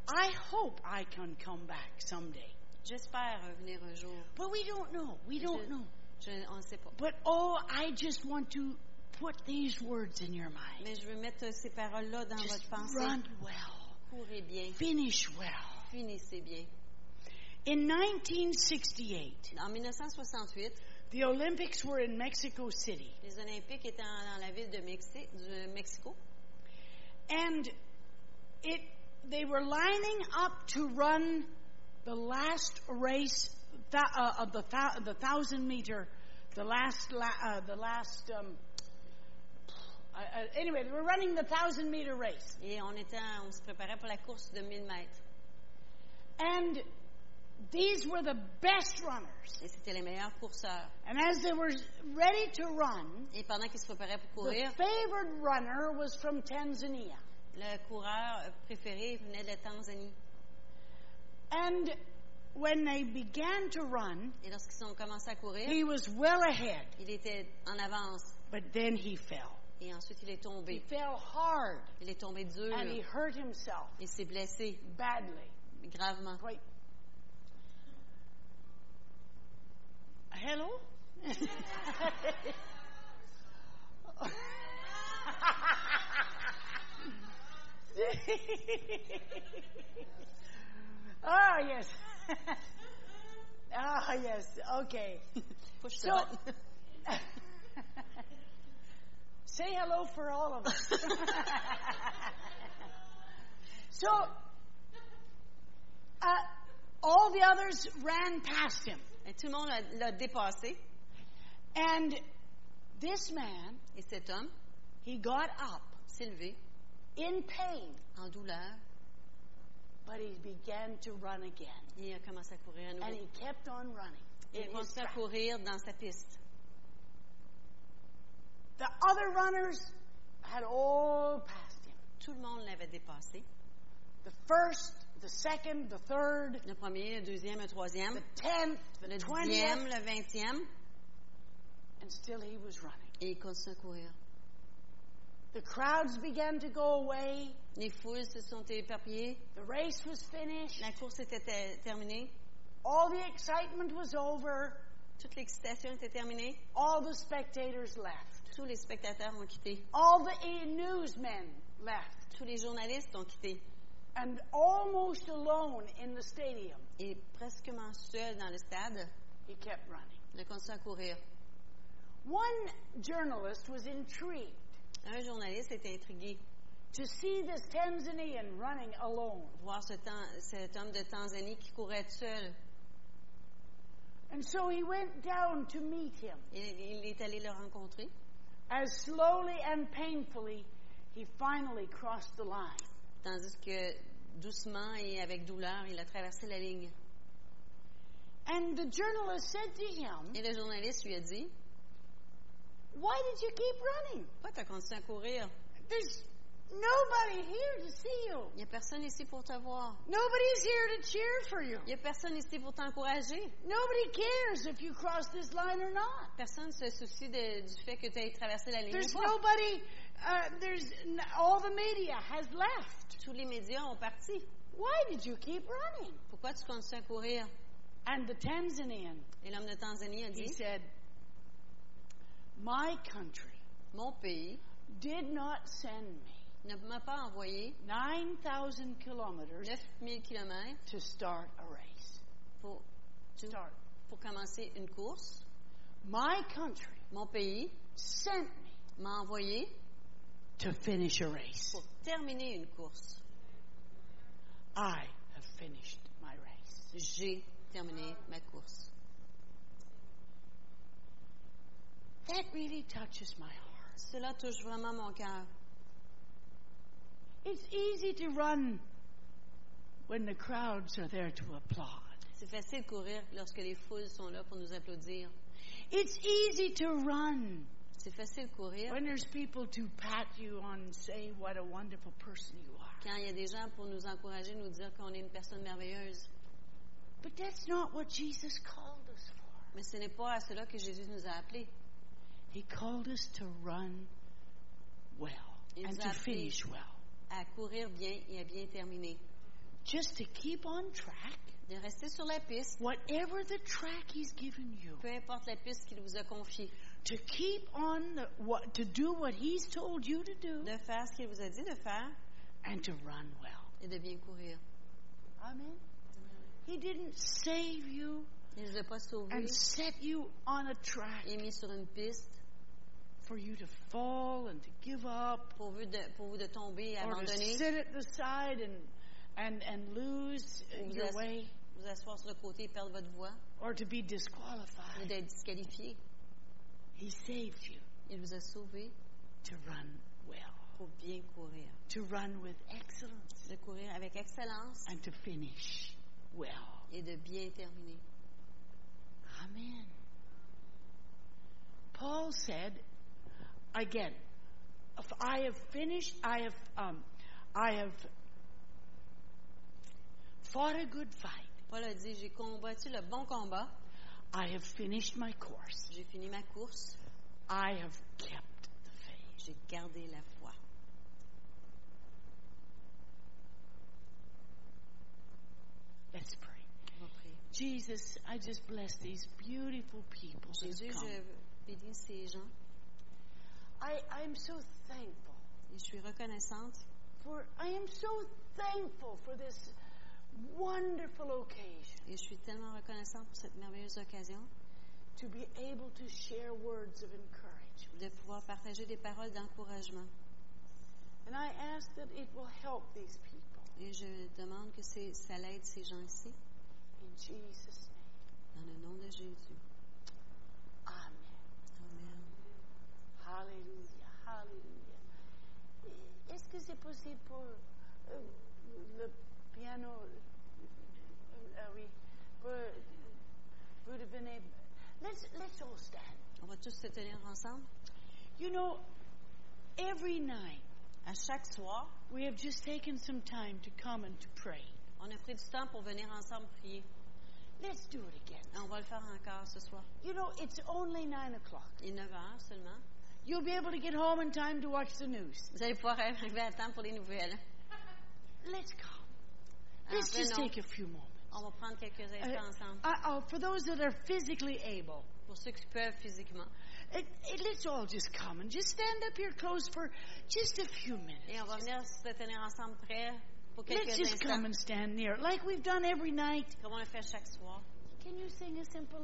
Speaker 2: I hope I can come back someday.
Speaker 3: J'espère revenir un jour.
Speaker 2: But we don't know. We don't
Speaker 3: Je-
Speaker 2: know.
Speaker 3: je- on ne sait pas.
Speaker 2: But oh, I just want to put these words in your mind.
Speaker 3: Mais je veux mettre ces paroles-là dans
Speaker 2: Just
Speaker 3: votre pensée.
Speaker 2: run well.
Speaker 3: Courez bien.
Speaker 2: Finish well.
Speaker 3: Finissez bien.
Speaker 2: In 1968,
Speaker 3: En 1968,
Speaker 2: the Olympics were in Mexico City,
Speaker 3: les Olympiques étaient en- dans la ville de Mexi- du Mexico.
Speaker 2: and it they were lining up to run the last race th- uh, of the thou- the thousand meter, the last la- uh, the last. Um, uh, uh, anyway, they were running the thousand meter race,
Speaker 3: Et on, était, en- on se préparait pour la course de 1000 mètres.
Speaker 2: and these were the best runners.
Speaker 3: Et c'était les meilleurs coureurs.
Speaker 2: And as they were ready to run,
Speaker 3: Et pendant qu'ils se préparaient pour
Speaker 2: the
Speaker 3: courir,
Speaker 2: favored runner was from Tanzania.
Speaker 3: le coureur préféré venait de la Tanzanie.
Speaker 2: And when they began to run,
Speaker 3: Et lorsqu'ils ont commencé à courir,
Speaker 2: he was well ahead,
Speaker 3: il était en avance.
Speaker 2: but then he fell.
Speaker 3: Et ensuite, il est
Speaker 2: He
Speaker 3: tombé.
Speaker 2: fell hard
Speaker 3: Il est tombé dur.
Speaker 2: and he hurt himself
Speaker 3: Il s'est blessé
Speaker 2: badly.
Speaker 3: gravement.
Speaker 2: Wait. Hello? oh, yes. Ah, yes. Okay.
Speaker 3: Faut que je te
Speaker 2: So-
Speaker 3: rate.
Speaker 2: Say hello for all of us. so, uh, all the others ran past him.
Speaker 3: Et tout le monde l'a- l'a dépassé.
Speaker 2: And this man,
Speaker 3: Et cet homme
Speaker 2: he got up
Speaker 3: s'est levé
Speaker 2: in pain,
Speaker 3: en douleur.
Speaker 2: but he began to run again.
Speaker 3: Il a commencé à courir à nouveau.
Speaker 2: And he kept on running.
Speaker 3: il a
Speaker 2: in his
Speaker 3: continué à
Speaker 2: track.
Speaker 3: courir dans sa piste.
Speaker 2: The other runners had all passed him.
Speaker 3: Tout le monde l'avait dépassé.
Speaker 2: The first, the second, the third,
Speaker 3: Le premier, le deuxième, le troisième,
Speaker 2: the tenth,
Speaker 3: le
Speaker 2: the twentieth.
Speaker 3: dixième, le vingtième.
Speaker 2: and still he was running.
Speaker 3: Et il continue à courir.
Speaker 2: The crowds began to go away.
Speaker 3: Les foules se sont éparpillées.
Speaker 2: The race was finished.
Speaker 3: La course était ter- terminée.
Speaker 2: All the excitement was over.
Speaker 3: Toute l'excitation était terminée.
Speaker 2: All the spectators left.
Speaker 3: Tous les spectateurs ont quitté.
Speaker 2: All the e- newsmen left.
Speaker 3: Tous les journalistes ont quitté.
Speaker 2: and almost alone in the stadium,
Speaker 3: Et presque seul dans le stade,
Speaker 2: he kept running.
Speaker 3: il a continué à courir.
Speaker 2: One journalist was intrigued
Speaker 3: Un journaliste était intrigué
Speaker 2: to see this Tanzanian running alone.
Speaker 3: de voir ce Tan- cet homme de Tanzanie qui courait seul.
Speaker 2: And so he went down to meet him.
Speaker 3: Il, il est allé le rencontrer.
Speaker 2: As slowly and painfully, he finally crossed the line.
Speaker 3: Tandis que doucement et avec douleur, il a traversé la ligne.
Speaker 2: And the journalist said to him,
Speaker 3: Et le journaliste lui a dit
Speaker 2: Why did you keep running?
Speaker 3: Pourquoi tu as continué à courir
Speaker 2: There's nobody here to see you.
Speaker 3: Il n'y a personne ici pour te voir.
Speaker 2: Nobody's here to cheer for you.
Speaker 3: Il n'y a personne ici pour t'encourager.
Speaker 2: Nobody cares if you cross this line or not.
Speaker 3: Personne ne se soucie de- du fait que tu aies traversé la ligne.
Speaker 2: There's
Speaker 3: ou pas.
Speaker 2: nobody, uh, there's n- all the media has left.
Speaker 3: Tous les médias ont parti.
Speaker 2: Why did you keep running?
Speaker 3: Pourquoi tu continues à courir
Speaker 2: And the Tanzanian,
Speaker 3: Et l'homme de Tanzanie a
Speaker 2: he
Speaker 3: dit
Speaker 2: said, My country
Speaker 3: Mon pays
Speaker 2: did not send me
Speaker 3: ne m'a pas envoyé
Speaker 2: 9,000 kilometers
Speaker 3: 9000 km
Speaker 2: to start a race.
Speaker 3: pour, to-
Speaker 2: Start.
Speaker 3: pour commencer une course.
Speaker 2: My country
Speaker 3: Mon pays
Speaker 2: sent me
Speaker 3: m'a envoyé
Speaker 2: to finish a race.
Speaker 3: pour terminer une course.
Speaker 2: I have finished my race.
Speaker 3: J'ai terminé ma course.
Speaker 2: That really touches my heart.
Speaker 3: Cela touche vraiment mon cœur.
Speaker 2: It's easy to run when the crowds are there to applaud.
Speaker 3: C'est facile de courir lorsque les foules sont là pour nous applaudir.
Speaker 2: It's easy to run
Speaker 3: C'est facile de courir
Speaker 2: when there's people to pat you on and say what a wonderful person you are.
Speaker 3: quand il y a des gens pour nous encourager, nous dire qu'on est une personne merveilleuse.
Speaker 2: But that's not what Jesus called us for.
Speaker 3: Mais ce n'est pas à cela que Jésus nous a appelés.
Speaker 2: He called us to run well and to
Speaker 3: Exactly.
Speaker 2: finish well.
Speaker 3: À courir bien et à bien terminer.
Speaker 2: Just to keep on track,
Speaker 3: De rester sur la piste,
Speaker 2: whatever the track He's given you.
Speaker 3: peu importe la piste qu'il vous a confiée.
Speaker 2: to keep on the, what, to do what he's told you to do
Speaker 3: De faire ce qu'il vous a dit de faire
Speaker 2: and to run well.
Speaker 3: et de bien courir.
Speaker 2: Amen. He didn't save you
Speaker 3: Il ne vous a pas sauvé
Speaker 2: and set you on a track
Speaker 3: et mis sur une piste
Speaker 2: for you to fall and to give up
Speaker 3: pour vous de, pour vous de tomber et
Speaker 2: or to
Speaker 3: abandonner,
Speaker 2: sit at the side and and and lose uh,
Speaker 3: Ou vous
Speaker 2: your
Speaker 3: ass-
Speaker 2: way
Speaker 3: vous asseoir sur le côté et perdre votre voix
Speaker 2: or to be
Speaker 3: ou
Speaker 2: disqualified.
Speaker 3: d'être disqualifié.
Speaker 2: He saved you
Speaker 3: Il vous a sauvé
Speaker 2: to run well,
Speaker 3: pour bien courir.
Speaker 2: to run with excellence
Speaker 3: De courir avec excellence
Speaker 2: and to finish well.
Speaker 3: et de bien terminer.
Speaker 2: Amen. Paul said, again, if I have finished, I have, um, I have fought a good fight.
Speaker 3: Paul a dit, j'ai combattu le bon combat,
Speaker 2: I have finished my course.
Speaker 3: j'ai fini ma course,
Speaker 2: I have kept the faith.
Speaker 3: j'ai gardé la foi.
Speaker 2: Let's pray.
Speaker 3: On va prier.
Speaker 2: Jesus, I just bless these beautiful people that have
Speaker 3: Jésus,
Speaker 2: come.
Speaker 3: je bénis ces gens
Speaker 2: I, I'm so thankful
Speaker 3: et je suis reconnaissante.
Speaker 2: for, I am so thankful for this wonderful occasion.
Speaker 3: Et je suis tellement reconnaissante pour cette merveilleuse occasion
Speaker 2: to be able to share words of encouragement.
Speaker 3: de pouvoir partager des paroles d'encouragement.
Speaker 2: And I ask that it will help these people.
Speaker 3: Et je demande que c'est- ça l'aide ces gens ici,
Speaker 2: In Jesus' name.
Speaker 3: dans le nom de Jésus.
Speaker 2: Amen.
Speaker 3: Amen.
Speaker 2: Hallelujah. Hallelujah. Et- Est-ce que c'est possible pour euh, le piano? euh, ah oui. Pour, vous devenez. Let's, let's all stand.
Speaker 3: On va tous se tenir ensemble.
Speaker 2: You know, every night
Speaker 3: À chaque soir,
Speaker 2: we have just taken some time to come and to pray.
Speaker 3: on a pris du temps pour venir ensemble prier.
Speaker 2: Let's do it again.
Speaker 3: Et on va le faire encore ce soir.
Speaker 2: You know, it's only nine o'clock.
Speaker 3: Il est 9 heures seulement.
Speaker 2: You'll be able to get home in time to watch the news.
Speaker 3: Vous allez pouvoir arriver à temps pour les nouvelles.
Speaker 2: Let's come. Let's
Speaker 3: Après,
Speaker 2: just
Speaker 3: non.
Speaker 2: take a few moments.
Speaker 3: On va prendre quelques instants
Speaker 2: Uh,
Speaker 3: ensemble.
Speaker 2: uh, uh, for those that are physically able,
Speaker 3: Pour ceux qui peuvent physiquement.
Speaker 2: uh, uh, let's all just come and just stand up here close for just a few minutes.
Speaker 3: Et on va venir se tenir ensemble près pour quelques
Speaker 2: Let's just
Speaker 3: instants,
Speaker 2: come and stand near, like we've done every night.
Speaker 3: comme on le fait chaque soir.
Speaker 1: Can you sing a simple